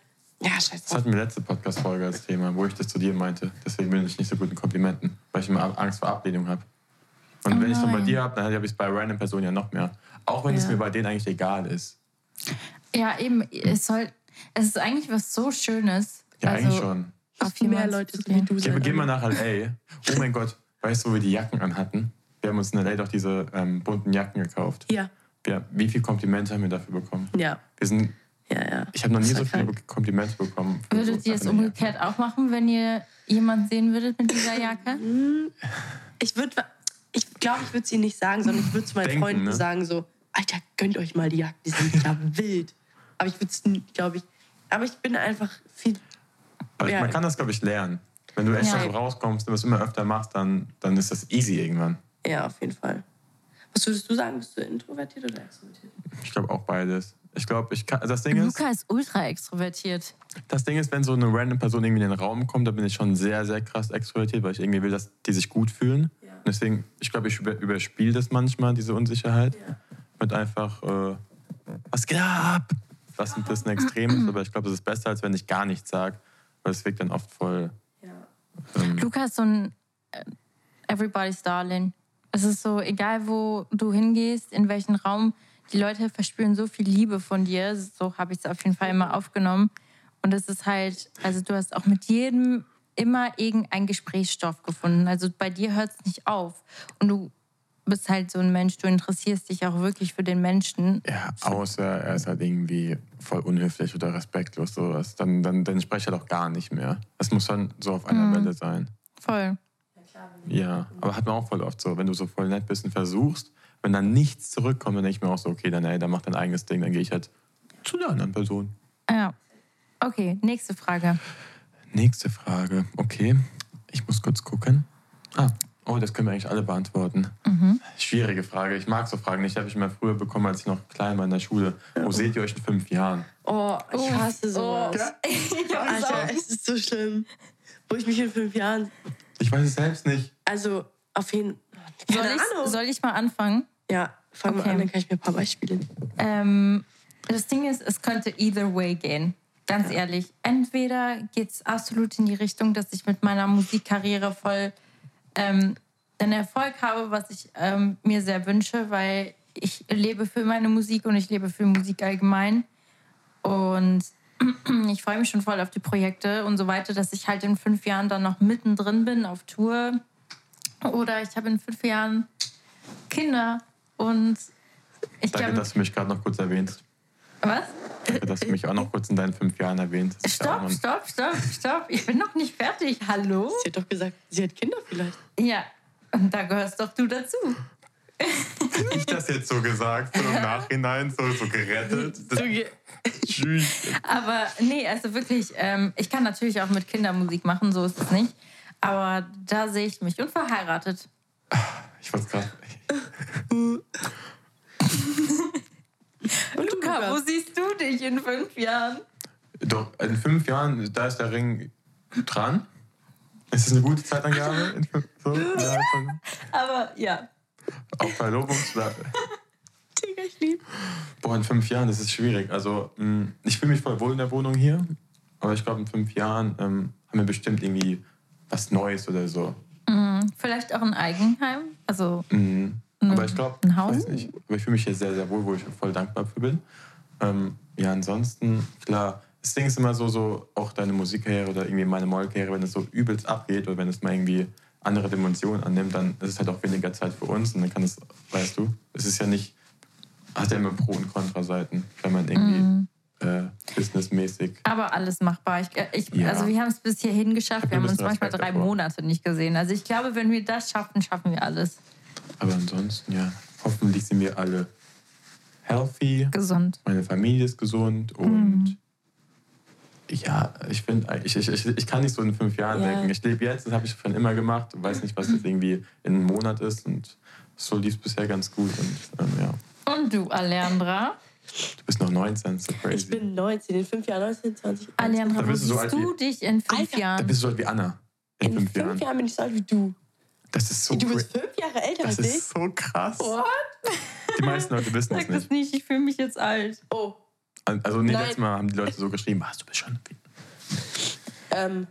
ja, scheiß Das drauf. hatten wir letzte Podcast-Folge als Thema, wo ich das zu dir meinte. Deswegen bin ich nicht so gut in Komplimenten, weil ich immer Angst vor Ablehnung habe. Und Oh wenn ich es dann bei nein. dir habe, dann habe ich es bei random Personen ja noch mehr. Auch wenn es Ja. mir bei denen eigentlich egal ist. ja, eben, es soll. Es ist eigentlich was so Schönes. Ja, also, eigentlich schon. Auf Müssen mehr jemanden Leute so zugehen. wie du Geh, sein. geh mal nach L.A. Oh mein Gott, weißt du, wo wir die Jacken anhatten? Wir haben uns in L.A. doch diese ähm, bunten Jacken gekauft. Ja, Wir, wie viele Komplimente haben wir dafür bekommen? ja, Wir sind, ja, ja. ich habe noch nie Das war so viele krank. Be- Komplimente bekommen. für Würdet uns ihr es einfach in der Jacke. umgekehrt auch machen, wenn ihr jemanden sehen würdet mit dieser Jacke? Ich würde, ich glaube, ich würde es ihnen nicht sagen, sondern ich würde zu meinen Denken, Freunden ne? sagen so, Alter, gönnt euch mal die Jagd, die sind ja wild. Aber ich würde es, glaube ich, aber ich bin einfach viel Aber ich, Ja. man kann das, glaube ich, lernen. Wenn du echt Ja. so rauskommst und das immer öfter machst, dann, dann ist das easy irgendwann. Ja, auf jeden Fall. Was würdest du sagen? Bist du introvertiert oder extrovertiert? Ich glaube auch beides. Ich glaube, ich kann. Das Ding ist, Luca ist ultra extrovertiert. das Ding ist, wenn so eine random Person irgendwie in den Raum kommt, dann bin ich schon sehr, sehr krass extrovertiert, weil ich irgendwie will, dass die sich gut fühlen. Ja. Und deswegen, ich glaube, ich über, überspiele das manchmal, diese Unsicherheit, mit einfach, äh, was geht ab? Was ein bisschen extrem ist, aber ich glaube, es ist besser, als wenn ich gar nichts sage, weil es wirkt dann oft voll. Ja. Ähm, Luca ist so ein äh, Everybody's Darling. Es ist so, egal wo du hingehst, in welchen Raum, die Leute verspüren so viel Liebe von dir. So habe ich es auf jeden Fall immer aufgenommen. Und es ist halt, also du hast auch mit jedem immer irgendein Gesprächsstoff gefunden. Also bei dir hört es nicht auf. Und du bist halt so ein Mensch, du interessierst dich auch wirklich für den Menschen. Ja, außer er ist halt irgendwie voll unhöflich oder respektlos, sowas. Dann, dann, dann spreche ich halt auch gar nicht mehr. Das muss dann so auf einer Welle sein. Voll. Ja, aber hat man auch voll oft so. Wenn du so voll nett bist und versuchst, wenn dann nichts zurückkommt, dann denke ich mir auch so, okay, dann ey, dann mach dein eigenes Ding, dann gehe ich halt zu der anderen Person. Ja. Okay, nächste Frage. Nächste Frage. Okay, ich muss kurz gucken. Ah, oh, das können wir eigentlich alle beantworten. Schwierige Frage. Ich mag so Fragen nicht. Die habe ich immer früher bekommen, als ich noch klein war in der Schule. Wo seht ihr euch in fünf Jahren? Oh, ich hasse sowas. Alter, es ist so schlimm. Wo ich mich in fünf Jahren. Ich weiß es selbst nicht. Also, auf jeden Fall. Soll ich, soll ich mal anfangen? Ja, fang Okay. mal an, dann kann ich mir ein paar Beispiele. Ähm, das Ding ist, es könnte either way gehen. Ganz ehrlich. Entweder geht es absolut in die Richtung, dass ich mit meiner Musikkarriere voll ähm, einen Erfolg habe, was ich ähm, mir sehr wünsche, weil ich lebe für meine Musik und ich lebe für Musik allgemein. Und ich freue mich schon voll auf die Projekte und so weiter, dass ich halt in fünf Jahren dann noch mittendrin bin auf Tour. Oder ich habe in fünf Jahren Kinder und ich Danke, glaube. dass du mich gerade noch kurz erwähnt. Was? Danke, dass du mich auch noch kurz in deinen fünf Jahren erwähnt. Das ist ja auch Stopp, noch- stopp, stopp, stopp. Ich bin noch nicht fertig. Hallo? Sie hat doch gesagt, sie hat Kinder vielleicht. Ja, und da gehörst doch du dazu. Ich das jetzt so gesagt, so im Nachhinein, so, so gerettet. Das, tschüss. Aber nee, also wirklich, ähm, ich kann natürlich auch mit Kindermusik machen, so ist es nicht. Aber da sehe ich mich unverheiratet. Ich wollte gerade. Und du, Luca, wo siehst du dich in fünf Jahren? Doch, in fünf Jahren, da ist der Ring dran. Ist es eine gute Zeitangabe? In fünf, so, ja. von- Aber ja. Auf Verlobungsschlag. Digga, ich lieb. Boah, in fünf Jahren, das ist schwierig. Also, mh, ich fühle mich voll wohl in der Wohnung hier, aber ich glaube, in fünf Jahren ähm, haben wir bestimmt irgendwie was Neues oder so. Vielleicht auch ein Eigenheim. Also, Mhm. Aber ich glaube, Mm. Ein Haus? weiß nicht. Aber ich fühle mich hier sehr, sehr wohl, wo ich voll dankbar für bin. Ähm, ja, ansonsten, klar, das Ding ist immer so, so auch deine Musikkarriere oder irgendwie meine Mollkarriere, wenn es so übelst abgeht oder wenn es mal irgendwie andere Dimensionen annimmt, dann ist es halt auch weniger Zeit für uns und dann kann es, weißt du, es ist ja nicht, hat ja immer Pro- und Kontra-Seiten, wenn man irgendwie Mm. äh, businessmäßig aber alles machbar. Ich, äh, ich, Ja. Also, wir haben es bis hierhin geschafft. hab ein Wir haben uns bisschen manchmal Respekt drei davor. Monate nicht gesehen. Also, ich glaube, wenn wir das schaffen, schaffen wir alles. Aber ansonsten, ja, hoffentlich sind wir alle healthy. Gesund. Meine Familie ist gesund und Mhm. ja, ich finde, ich, ich, ich, ich kann nicht so in fünf Jahren Ja. denken. Ich lebe jetzt, das habe ich schon immer gemacht und weiß nicht, was jetzt irgendwie in einem Monat ist und so lief es bisher ganz gut und ähm, ja, Und du, Alejandra? du bist noch 19, so crazy. Ich bin 19, in fünf Jahren 19, 20. Alejandra, Da wo bist siehst du so alt du dich in fünf Alter, da Jahren? bist du halt wie Anna in, In fünf, fünf Jahren. Jahren. bin ich so alt wie du. Das ist so Du cra- bist fünf Jahre älter Das als ich. ist so krass. What? Die meisten Leute wissen das Sag das nicht. nicht, ich fühle mich jetzt alt. Oh, Also nee, Nein. letztes Mal haben die Leute so geschrieben, ach, du bist schon ähm,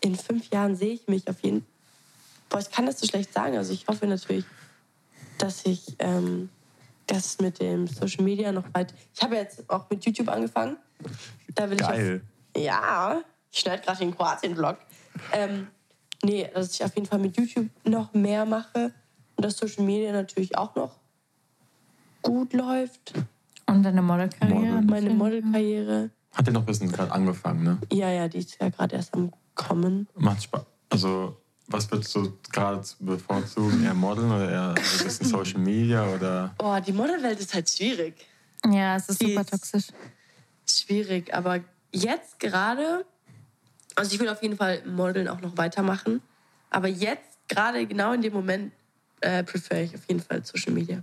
in fünf Jahren sehe ich mich auf jeden Boah, ich kann das so schlecht sagen. Also ich hoffe natürlich, dass ich ähm, das mit dem Social Media noch weit. Ich habe jetzt auch mit YouTube angefangen. Da will geil. ich. Auf, ja, ich schneide gerade den Kroatien-Vlog. Ähm, nee, dass ich auf jeden Fall mit YouTube noch mehr mache und dass Social Media natürlich auch noch gut läuft. Und deine Modelkarriere? Model. Meine Modelkarriere. Hat ja noch bis gerade angefangen, ne? Ja, ja, die ist ja gerade erst am Kommen. Macht Spaß. Also, was würdest du gerade bevorzugen? Eher Modeln oder eher ein bisschen Social Media oder Boah, die Modelwelt ist halt schwierig. Ja, es ist super Yes. toxisch. Schwierig, aber jetzt gerade Also ich will auf jeden Fall Modeln auch noch weitermachen. Aber jetzt, gerade genau in dem Moment, äh, prefer ich auf jeden Fall Social Media.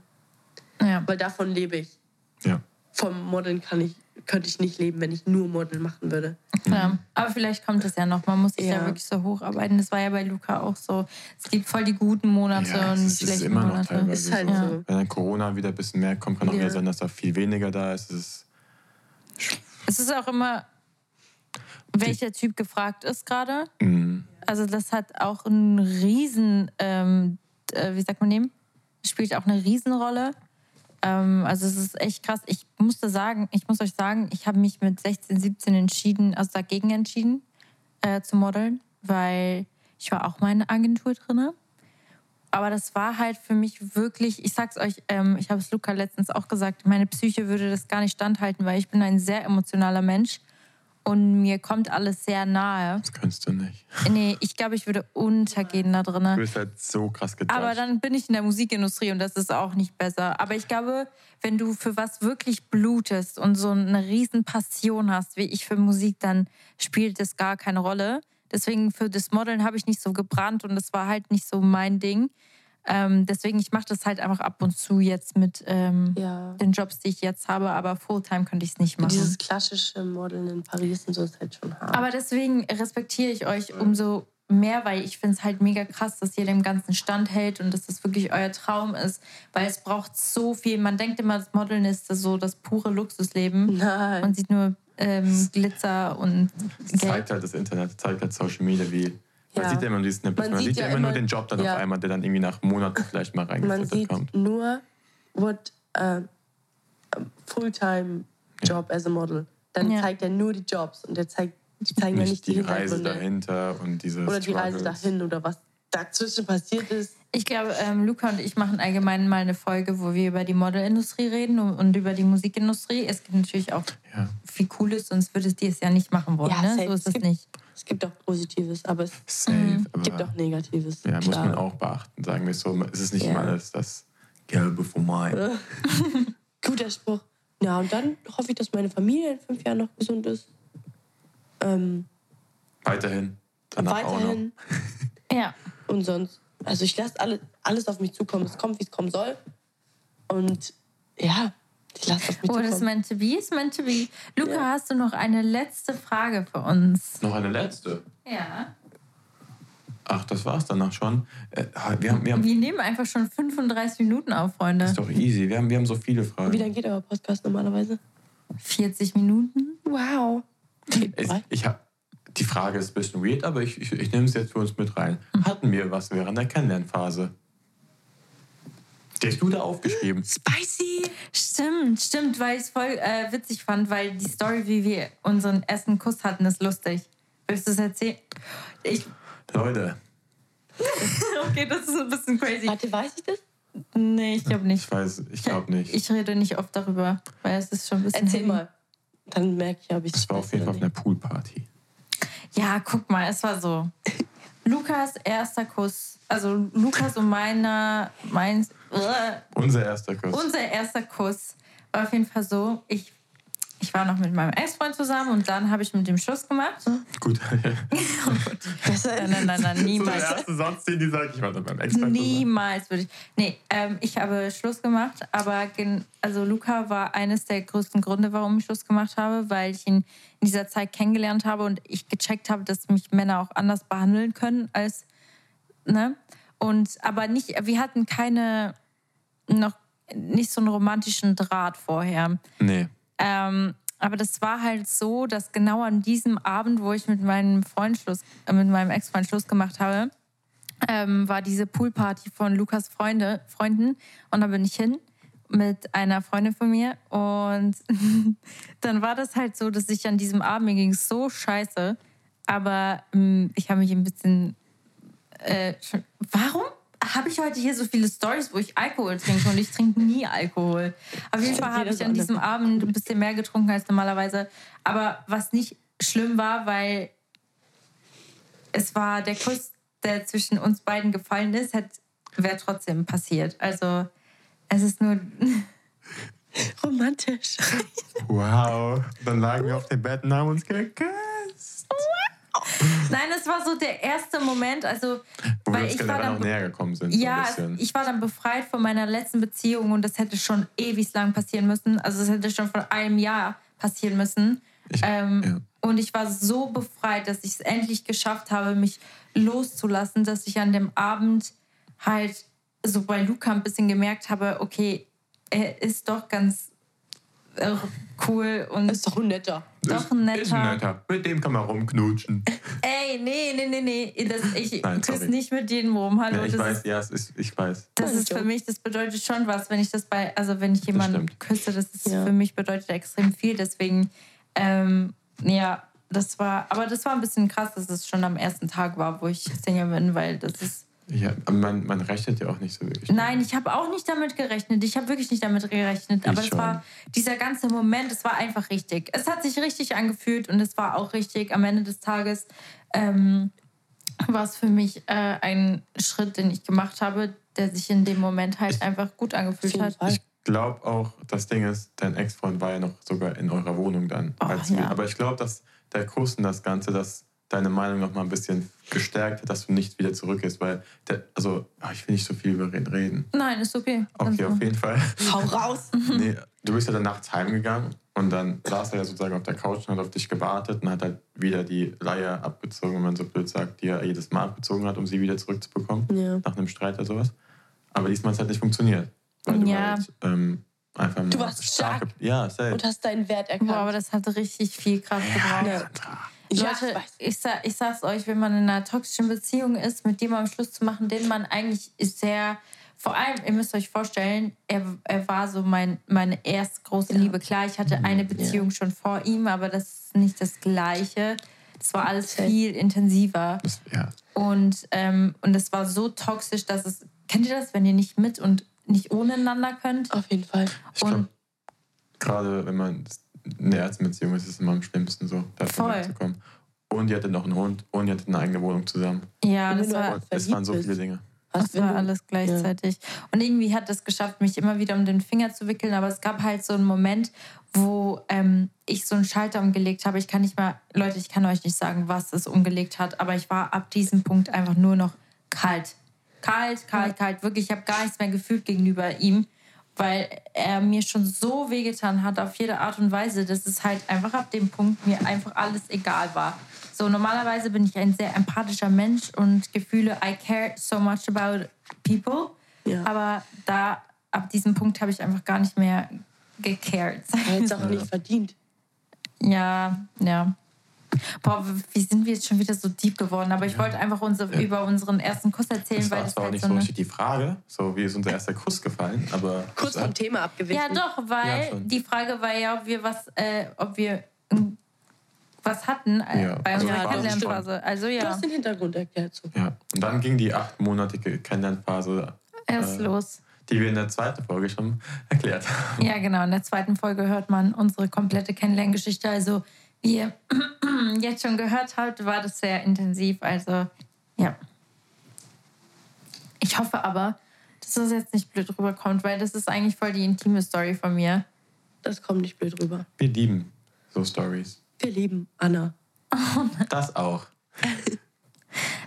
Mhm. Ja. Weil davon lebe ich. Ja. Vom Modeln kann ich, könnte ich nicht leben, wenn ich nur Modeln machen würde. Ja, aber vielleicht kommt es ja noch. Man muss sich ja. Ja. wirklich so hocharbeiten. Das war ja bei Luca auch so. Es gibt voll die guten Monate Ja, es und die ist- es ist schlechten immer noch Monate. teilweise. Ist halt Ja. so. Wenn dann Corona wieder ein bisschen mehr kommt, kann auch Ja. wieder sein, dass da viel weniger da ist. Es ist Es ist auch immer, welcher Typ gefragt ist gerade. mh, Also das hat auch einen riesen, ähm, d- äh, wie sagt man dem? Spielt auch eine Riesenrolle. Ähm, also es ist echt krass. Ich musste sagen, ich muss euch sagen, ich habe mich mit 16, 17 entschieden, also dagegen entschieden äh, zu modeln, weil ich war auch mal in einer Agentur drinne. Aber das war halt für mich wirklich, ich sag's euch, ähm, ich habe es Luca letztens auch gesagt, meine Psyche würde das gar nicht standhalten, weil ich bin ein sehr emotionaler Mensch und mir kommt alles sehr nahe. das kannst du nicht. Nee, ich glaube, ich würde untergehen da Du drin. bist halt so krass gejudged. Aber dann bin ich in der Musikindustrie und das ist auch nicht besser. Aber ich glaube, wenn du für was wirklich blutest und so eine riesen Passion hast, wie ich für Musik, dann spielt das gar keine Rolle. Deswegen für das Modeln habe ich nicht so gebrannt und das war halt nicht so mein Ding. Ähm, deswegen, ich mache das halt einfach ab und zu jetzt mit ähm, Ja. den Jobs, die ich jetzt habe, aber Fulltime könnte ich es nicht machen. Dieses klassische Modeln in Paris und so ist halt schon hart. Aber deswegen respektiere ich euch umso mehr, weil ich finde es halt mega krass, dass ihr dem Ganzen standhält und dass das wirklich euer Traum ist, weil es braucht so viel. Man denkt immer, das Modeln ist das so das pure Luxusleben. Nein. Man sieht nur ähm, Glitzer und Es Geld. zeigt halt das Internet, es zeigt halt Social Media, wie. Man Ja. sieht ja immer nur die Snippets, man, sieht ja immer nur den Job dann ja. auf einmal, der dann irgendwie nach Monaten vielleicht mal Man reingeflattert sieht kommt. nur what äh, Fulltime Job as a Model. Dann Ja. zeigt er nur die Jobs und er zeigt, die zeigen ja Nicht nicht die Reise Hintergründe. dahinter und diese Oder die Reise Struggles. dahin oder was dazwischen passiert ist. Ich glaube, ähm, Luca und ich machen allgemein mal eine Folge, wo wir über die Modelindustrie reden und, und über die Musikindustrie. Es gibt natürlich auch Ja. viel Cooles, sonst würdest du es ja nicht machen wollen. Ja, ne? safe. So ist Es es gibt- nicht. Es gibt auch Positives, aber es Safe. gibt Aber auch Negatives. ja, muss klar. man auch beachten, sagen wir es so. Es ist nicht Ja. immer alles das Gelbe vom Mai. Guter Spruch. Ja, und dann hoffe ich, dass meine Familie in fünf Jahren noch gesund ist. Ähm, Weiterhin. Danach auch noch. weiterhin. Ja. Und sonst, also ich lasse alle, alles auf mich zukommen. Es kommt, wie es kommen soll. Und ja, ich lasse auf mich Oh, das ist zukommen. meant to be, ist meant to be. Luca, Ja. hast du noch eine letzte Frage für uns? Noch eine letzte. Ja. Ach, das war's danach schon. Äh, wir haben, wir haben, Wir nehmen einfach schon 35 Minuten auf, Freunde. ist doch easy. Wir haben, wir haben so viele Fragen. Wie lange geht euer Podcast normalerweise? 40 Minuten? Wow. Es- ich hab, die Frage ist ein bisschen weird, aber ich, ich, ich nehme es jetzt für uns mit rein. Hm. Hatten wir was während der Kennenlernphase? Die hast du da aufgeschrieben. Spicy. Stimmt, stimmt, weil ich es voll äh, witzig fand, weil die Story, wie wir unseren ersten Kuss hatten, ist lustig. Willst du es erzählen? Ich, Leute, okay, das ist ein bisschen crazy. Warte, weiß ich das? Nee, ich glaube nicht. ich weiß, ich glaube nicht. Ich rede nicht oft darüber, weil es ist schon ein bisschen. Erzähl heavy. mal. Dann merke ich, ob ich das war auf jeden Fall auf einer Poolparty. Ja, guck mal, es war so. Lukas erster Kuss, also Lukas und meiner, meins, äh, Unser erster Kuss. unser erster Kuss war auf jeden Fall so. Ich, ich war noch mit meinem Ex-Freund zusammen und dann habe ich mit dem Schluss gemacht. Gut. Nein, nein, nein, nein, so der niemals. erste Satz, den die sagt, ich war da beim Expert. Niemals würde ich. Nee, ähm, ich habe Schluss gemacht, aber gen, also Luca war eines der größten Gründe, warum ich Schluss gemacht habe, weil ich ihn in dieser Zeit kennengelernt habe und ich gecheckt habe, dass mich Männer auch anders behandeln können als ne? Und aber nicht, wir hatten keine noch nicht so einen romantischen Draht vorher. Nee. Ähm, aber das war halt so, dass genau an diesem Abend, wo ich mit meinem Freund Schluss, äh, mit meinem Ex-Freund Schluss gemacht habe, ähm, war diese Poolparty von Lukas Freunde, Freunden. Und da bin ich hin mit einer Freundin von mir. Und dann war das halt so, dass ich an diesem Abend, mir ging es so scheiße, aber ähm, ich habe mich ein bisschen äh, schon- warum habe ich heute hier so viele Stories, wo ich Alkohol trinke und ich trinke nie Alkohol? Auf jeden Fall habe ich an diesem Abend ein bisschen mehr getrunken als normalerweise. Aber was nicht schlimm war, weil es war der Kuss, der zwischen uns beiden gefallen ist, hat wäre trotzdem passiert. Also es ist nur Romantisch. Wow. Dann lagen wir auf dem Bett und haben uns geküsst. Nein, das war so der erste Moment. Also, Wo wir weil uns ich war generell dann auch näher gekommen sind. so Ja, ein es- bisschen. ich war dann befreit von meiner letzten Beziehung und das hätte schon ewig lang passieren müssen. Also es hätte schon vor einem Jahr passieren müssen. Ich- ähm, ja. Und ich war so befreit, dass ich es endlich geschafft habe, mich loszulassen, dass ich an dem Abend halt so bei Luca ein bisschen gemerkt habe, okay, er ist doch ganz äh, cool und Ist doch ein netter. Das doch ein netter. Ist ein netter. Mit dem kann man rumknutschen. Ey, nee, nee, nee, nee, das, ich Nein, küsse sorry. nicht mit jedem rum. Hallo, Ja, ich Also das ist weiß, ja, es ist, ich weiß. Das Das ist ist für so. mich, das bedeutet schon was, wenn ich das bei, also wenn ich jemanden stimmt. küsse, das ist Ja. für mich bedeutet extrem viel. Deswegen, ähm, ja, das war, aber das war ein bisschen krass, dass es schon am ersten Tag war, wo ich Single bin, weil das ist. Ja, aber man, man rechnet ja auch nicht so wirklich. Nein, ich habe auch nicht damit gerechnet. Ich habe wirklich nicht damit gerechnet. Ich aber es schon. war dieser ganze Moment, es war einfach richtig. Es hat sich richtig angefühlt und es war auch richtig. Am Ende des Tages ähm, war es für mich äh, ein Schritt, den ich gemacht habe, der sich in dem Moment halt einfach gut angefühlt hat. Ich glaube auch, das Ding ist, dein Ex-Freund war ja noch sogar in eurer Wohnung dann. Oh, als wir, ja. Aber ich glaube, dass der Kuss und das Ganze, dass deine Meinung noch mal ein bisschen gestärkt hat, dass du nicht wieder zurückgehst, weil, der, also, ah, ich will nicht so viel über ihn reden. Nein, ist okay. Okay, Also, auf jeden Fall. Hau raus. Nee, du bist ja dann nachts heimgegangen und dann saß er ja sozusagen auf der Couch und hat auf dich gewartet und hat halt wieder die Leier abgezogen, wenn man so blöd sagt, die er jedes Mal abgezogen hat, um sie wieder zurückzubekommen. Ja. Nach einem Streit oder sowas. Aber diesmal hat es halt nicht funktioniert. Weil du Ja. halt ähm, einfach Du mal warst stark. Ja, safe. Und hast deinen Wert erkannt. Boah, aber das hat richtig viel Kraft gebraucht. Ja. ja, ich Leute, weiß. ich, sa ich sag's euch, wenn man in einer toxischen Beziehung ist, mit dem am Schluss zu machen, den man eigentlich ist sehr. Vor allem, ihr müsst euch vorstellen, er, er war so mein, meine erst große Liebe. Klar, ich hatte eine Beziehung schon vor ihm, aber das ist nicht das Gleiche. Es war alles Safe. viel intensiver. Das, ja. Und, ähm, und es war so toxisch, dass es. Kennt ihr das, wenn ihr nicht mit und nicht ohne einander könnt? Auf jeden Fall. Ich Und- glaube, gerade wenn man in der Ärztenbeziehung ist, ist es immer am schlimmsten so, davon Voll. wegzukommen. Und ihr hattet noch einen Hund und ihr hattet eine eigene Wohnung zusammen. Ja, Wenn das du war. Und es waren so Verliebt viele bist. Dinge. Was, Das wenn war du- alles gleichzeitig. Und irgendwie hat das geschafft, mich immer wieder um den Finger zu wickeln. Aber es gab halt so einen Moment, wo ähm, ich so einen Schalter umgelegt habe. Ich kann nicht mal, Leute, ich kann euch nicht sagen, was es umgelegt hat. Aber ich war ab diesem Punkt einfach nur noch kalt. Kalt, kalt, kalt. Wirklich, ich habe gar nichts mehr gefühlt gegenüber ihm, weil er mir schon so wehgetan hat auf jede Art und Weise, dass es halt einfach ab dem Punkt mir einfach alles egal war. So, normalerweise bin ich ein sehr empathischer Mensch und Gefühle, I care so much about people. Ja. Aber da, ab diesem Punkt habe ich einfach gar nicht mehr gecared. Er hätte es auch nicht verdient. Ja, ja. Boah, wie sind wir jetzt schon wieder so deep geworden? Aber ich wollte einfach unsere, über unseren ersten Kuss erzählen, Das weil war das zwar auch halt nicht so so eine richtig die Frage, so wie ist unser erster Kuss gefallen, aber Kurz vom Thema abgewichen. Ja, doch, Ja, weil schon. die Frage war ja, ob wir was, äh, ob wir ähm, was hatten äh, Ja, bei also unserer war das Kennenlernphase. Also Du ja, hast den Hintergrund erklärt. So. ja. Und dann ging die achtmonatige Kennenlernphase, erst äh, los. die wir in der zweiten Folge schon erklärt haben. Ja, genau. In der zweiten Folge hört man unsere komplette Kennenlerngeschichte. Also, wie ihr jetzt schon gehört habt, war das sehr intensiv. Also, ja. Ich hoffe aber, dass das jetzt nicht blöd rüberkommt, weil das ist eigentlich voll die intime Story von mir. Das kommt nicht blöd rüber. Wir lieben so Stories. Wir lieben Anna. Das auch.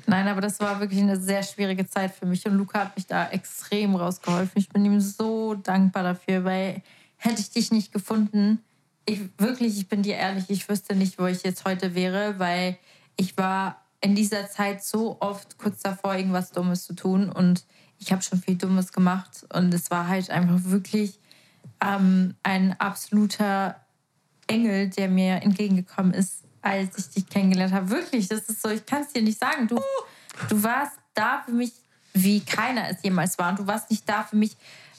Nein, aber das war wirklich eine sehr schwierige Zeit für mich. Und Luca hat mich da extrem rausgeholfen. Ich bin ihm so dankbar dafür, weil hätte ich dich nicht gefunden, ich wirklich, ich bin dir ehrlich, ich wüsste nicht, wo ich jetzt heute wäre, weil ich war in dieser Zeit so oft kurz davor, irgendwas Dummes zu tun. Und ich habe schon viel Dummes gemacht. Und es war halt einfach wirklich ähm, ein absoluter Engel, der mir entgegengekommen ist, als ich dich kennengelernt habe. Wirklich, das ist so, ich kann es dir nicht sagen. Du, du warst da für mich, wie keiner es jemals war. Und du warst nicht da für mich,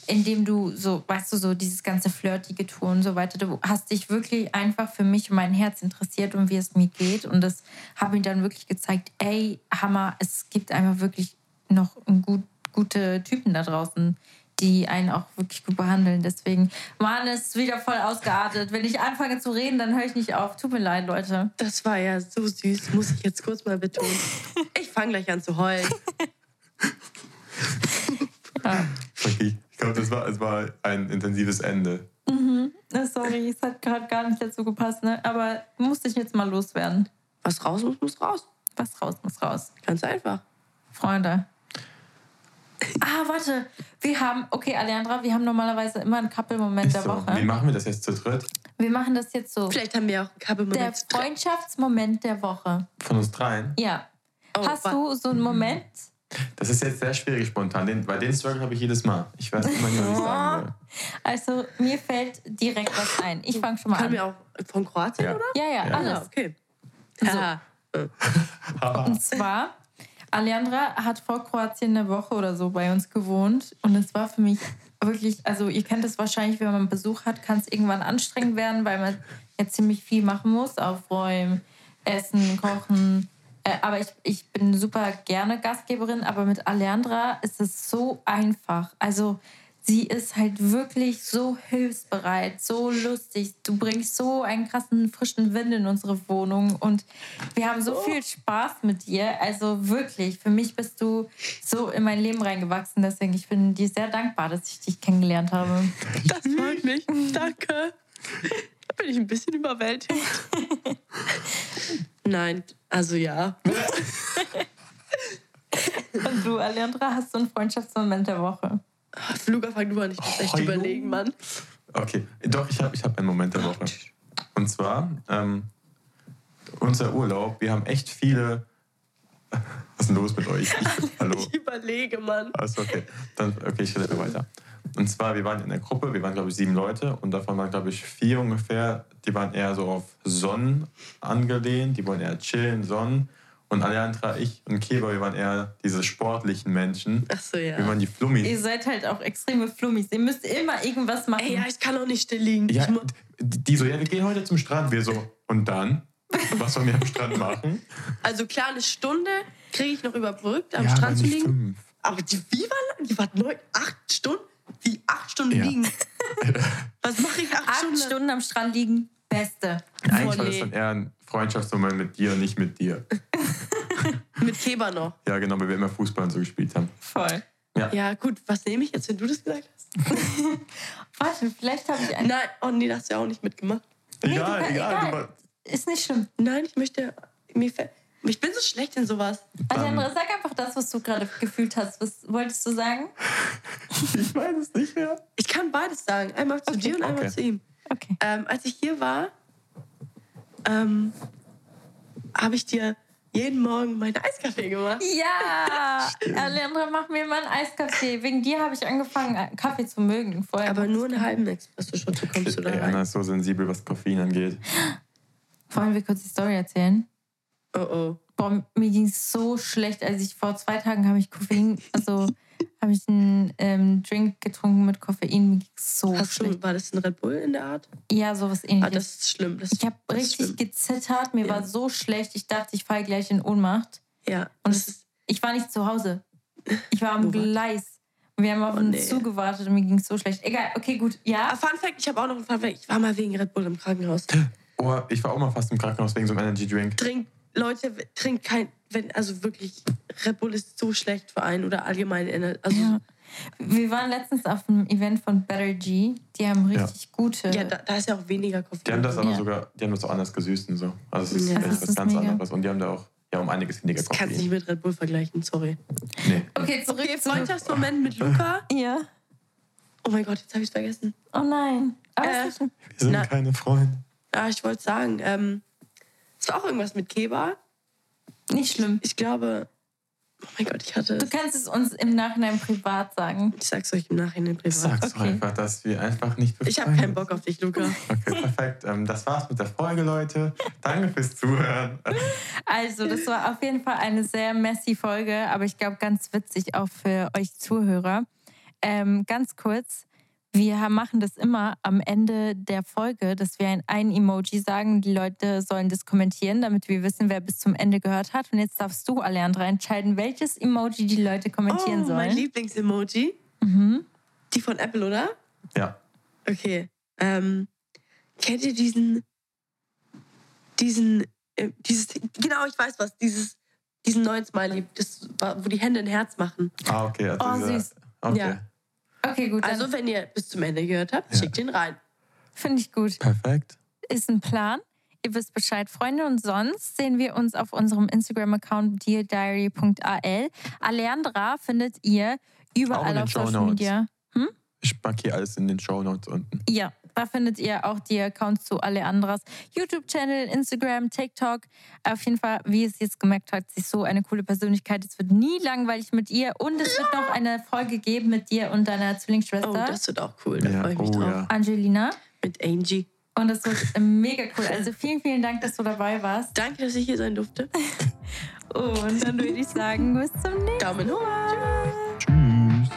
indem du so, weißt du, so dieses ganze flirtige Tour und so weiter. Du hast dich wirklich einfach für mich und mein Herz interessiert und wie es mir geht. Und das hat mir dann wirklich gezeigt, ey, Hammer, es gibt einfach wirklich noch ein gut, gute Typen da draußen, die einen auch wirklich gut behandeln. Deswegen, Mann, es ist wieder voll ausgeartet. Wenn ich anfange zu reden, dann höre ich nicht auf. Tut mir leid, Leute. Das war ja so süß, muss ich jetzt kurz mal betonen. Ich fange gleich an zu heulen. Okay. Ich glaube, das war, es war ein intensives Ende. ne? Na, Sorry, es hat gerade gar nicht dazu gepasst, ne? aber musste ich jetzt mal loswerden. Was raus muss, muss raus. Was raus muss raus. Ganz einfach. Freunde. Ah, warte. Wir haben, okay, Alejandra, wir haben normalerweise immer einen Couple-Moment Ist der so. Wie Woche. machen wir das jetzt zu dritt? Wir machen das jetzt so. Vielleicht haben wir auch einen Der Kabelmoment. Freundschaftsmoment der Woche. Von uns dreien? Ja. Oh, Hast wa- du so einen Moment? Das ist jetzt sehr schwierig spontan. Den, bei den Struggle habe ich jedes Mal. Ich weiß immer nicht, was ich sagen will. Also, mir fällt direkt was ein. Ich fange schon mal Können an. wir auch von Kroatien, Ja. oder? Ja, ja, Ja. Ah, alles. okay. So. Ja. Haha. Und zwar, Alejandra hat vor Kroatien eine Woche oder so bei uns gewohnt. Und es war für mich wirklich, also ihr kennt es wahrscheinlich, wenn man Besuch hat, kann es irgendwann anstrengend werden, weil man ja ziemlich viel machen muss. Aufräumen, essen, kochen. Äh, Aber ich, ich bin super gerne Gastgeberin, aber mit Alejandra ist es so einfach. Also sie ist halt wirklich so hilfsbereit, so lustig. Du bringst so einen krassen frischen Wind in unsere Wohnung und wir haben so viel Spaß mit dir. Also wirklich, für mich bist du so in mein Leben reingewachsen. Deswegen, ich bin dir sehr dankbar, dass ich dich kennengelernt habe. Das Mhm. freut mich. Danke. Da bin ich ein bisschen überwältigt. Nein, also ja. Und du, Alejandra, hast so einen Freundschaftsmoment der Woche. Luca, fang du mal nicht. Ich muss echt Oh, überlegen, Mann. Okay, doch, ich habe ich hab einen Moment Ah, der Woche. Und zwar, ähm, unser Urlaub, wir haben echt viele. Was ist denn los mit euch? Ich, hallo. Ich überlege, Mann. Achso, okay. Dann, okay, ich rede weiter. Und zwar, wir waren in der Gruppe, wir waren, glaube ich, sieben Leute und davon waren, glaube ich, vier ungefähr, die waren eher so auf Sonnen angelehnt, die wollen eher chillen, Sonnen. Und Alejandra, ich und Keba, wir waren eher diese sportlichen Menschen. Ach so, Wir ja. waren die Flummis. Ihr seid halt auch extreme Flummis. Ihr müsst immer irgendwas machen. Ey, ja, ich kann auch nicht still liegen. Ja, Ich mu- die die so, ja, wir gehen heute zum Strand. Wir so, und dann? Was sollen wir am Strand machen? also klar, eine Stunde kriege ich noch überbrückt, am ja, aber Strand zu nicht liegen. Fünf. Aber die, wie war lang? Die war neun, acht Stunden? Wie acht Stunden Ja. liegen? Was mache ich acht, Acht Stunden? lang? Stunden am Strand liegen, beste. Eigentlich war das nee. dann eher ein Freundschaftsmoment mit dir und nicht mit dir. Mit Keber noch. Ja, genau, weil wir immer Fußball und so gespielt haben. Voll. Ja, gut, was nehme ich jetzt, wenn du das gesagt hast? Warte, vielleicht habe ich einen. Nein, oh nee, das hast du ja auch nicht mitgemacht. egal, egal, egal. egal. du war- Ist nicht schlimm. Nein, ich möchte. Mir fä- ich bin so schlecht in sowas. Also, Alejandra, sag einfach das, was du gerade gefühlt hast. Was wolltest du sagen? Ich weiß es nicht mehr. Ich kann beides sagen. Einmal zu dir und einmal Okay. zu ihm. Okay. Ähm, als ich hier war, ähm, habe ich dir jeden Morgen meinen Eiskaffee gemacht. Ja, Alejandra, mach mir mal einen Eiskaffee. Wegen dir habe ich angefangen, äh, Kaffee zu mögen. Vorher Aber nur einen halben Espresso schon kommst du da Ey, Anna rein. ist so sensibel, was Koffein angeht. Wollen wir kurz die Story erzählen? Oh oh. Boah, mir ging es so schlecht. Also ich vor zwei Tagen habe ich Koffein, also habe ich einen ähm, Drink getrunken mit Koffein. Mir ging es so Hast schlecht. du, war das ein Red Bull in der Art? Ja, sowas Ah, ähnliches. das ist schlimm. Das, ich habe das ist richtig schlimm. gezittert. Mir Ja. war so schlecht. Ich dachte, ich falle gleich in Ohnmacht. Ja. Und das ist, Ich war nicht zu Hause. Ich war am Wo war- Gleis. Wir haben auf Oh, den nee. Zug gewartet und mir ging es so schlecht. Egal, okay, gut. ah, Ja, Fun Fact, ich habe auch noch einen Fun Fact. Ich war mal wegen Red Bull im Krankenhaus. Oh, ich war auch mal fast im Krankenhaus wegen so einem Energy Drink. Trinkt, Leute, w- trinkt kein, wenn, also wirklich, Red Bull ist so schlecht für einen oder allgemein. in- Also, Ja. ja, wir waren letztens auf einem Event von Better G. Die haben Ja. richtig gute. da, da ist ja auch weniger Koffein. Die haben das aber Ja. sogar, die haben das auch anders gesüßt und so. Also es ist Ja. echt Das was ist ganz mega. anderes. Und die haben da auch ja um einiges weniger das kannst du Koffein. nicht mit Red Bull vergleichen, sorry. Nee. okay, zurück Okay, zu. Freundschaftsmoment mit Luca. Ja. Oh mein Gott, jetzt habe ich es vergessen. Oh nein. Aber Äh. es ist- Wir sind Na- keine Freunde. Ah, ich wollte sagen, ähm, es war auch irgendwas mit Keba. nicht schlimm. Ich glaube, oh mein Gott, ich hatte. Du es. kannst es uns im Nachhinein privat sagen. Ich sag's euch im Nachhinein privat. Sag's doch Okay. einfach, dass wir einfach nicht Ich habe befreundet keinen Bock auf dich, Luca. sind. Okay, perfekt. Ähm, das war's mit der Folge, Leute. Danke fürs Zuhören. Also, das war auf jeden Fall eine sehr messy Folge, aber ich glaube, ganz witzig auch für euch Zuhörer. Ähm, ganz kurz, wir haben- machen das immer am Ende der Folge, dass wir ein, ein Emoji sagen. Die Leute sollen das kommentieren, damit wir wissen, wer bis zum Ende gehört hat. Und jetzt darfst du, Alejandra, entscheiden, welches Emoji die Leute Oh, kommentieren mein sollen. Lieblingsemoji. Mhm. Die von Apple, oder? Ja. Okay. Ähm, kennt ihr diesen, diesen, äh, dieses, genau, ich weiß was, dieses, diesen neuen Smiley, das, war- wo die Hände ein Herz machen. Ah, okay. Also Oh, dieser- süß. Okay. Ja. Okay, gut, dann Also, wenn ihr bis zum Ende gehört habt, Ja. schickt ihn rein. finde ich gut. Perfekt. Ist ein Plan. Ihr wisst Bescheid, Freunde. Und sonst sehen wir uns auf unserem Instagram-Account dealdiary.al. Alejandra findet ihr Auch in überall den auf Show Social Notes. Media. Ich packe hier alles in den Show Notes unten. Ja, da findet ihr auch die Accounts zu Alejandras YouTube-Channel, Instagram, TikTok. Auf jeden Fall, wie es jetzt gemerkt hat, sie ist so eine coole Persönlichkeit. Es wird nie langweilig mit ihr. Und es wird noch eine Folge geben mit dir und deiner Zwillingsschwester Oh, das wird auch cool. Da Ja, freue ich mich oh drauf. ja. Angelina. Mit Angie. Und es wird mega cool. Also vielen, vielen Dank, dass du dabei warst. Danke, dass ich hier sein durfte. Und dann würde ich sagen, bis zum nächsten Mal. Daumen hoch. Tschüss. Tschüss.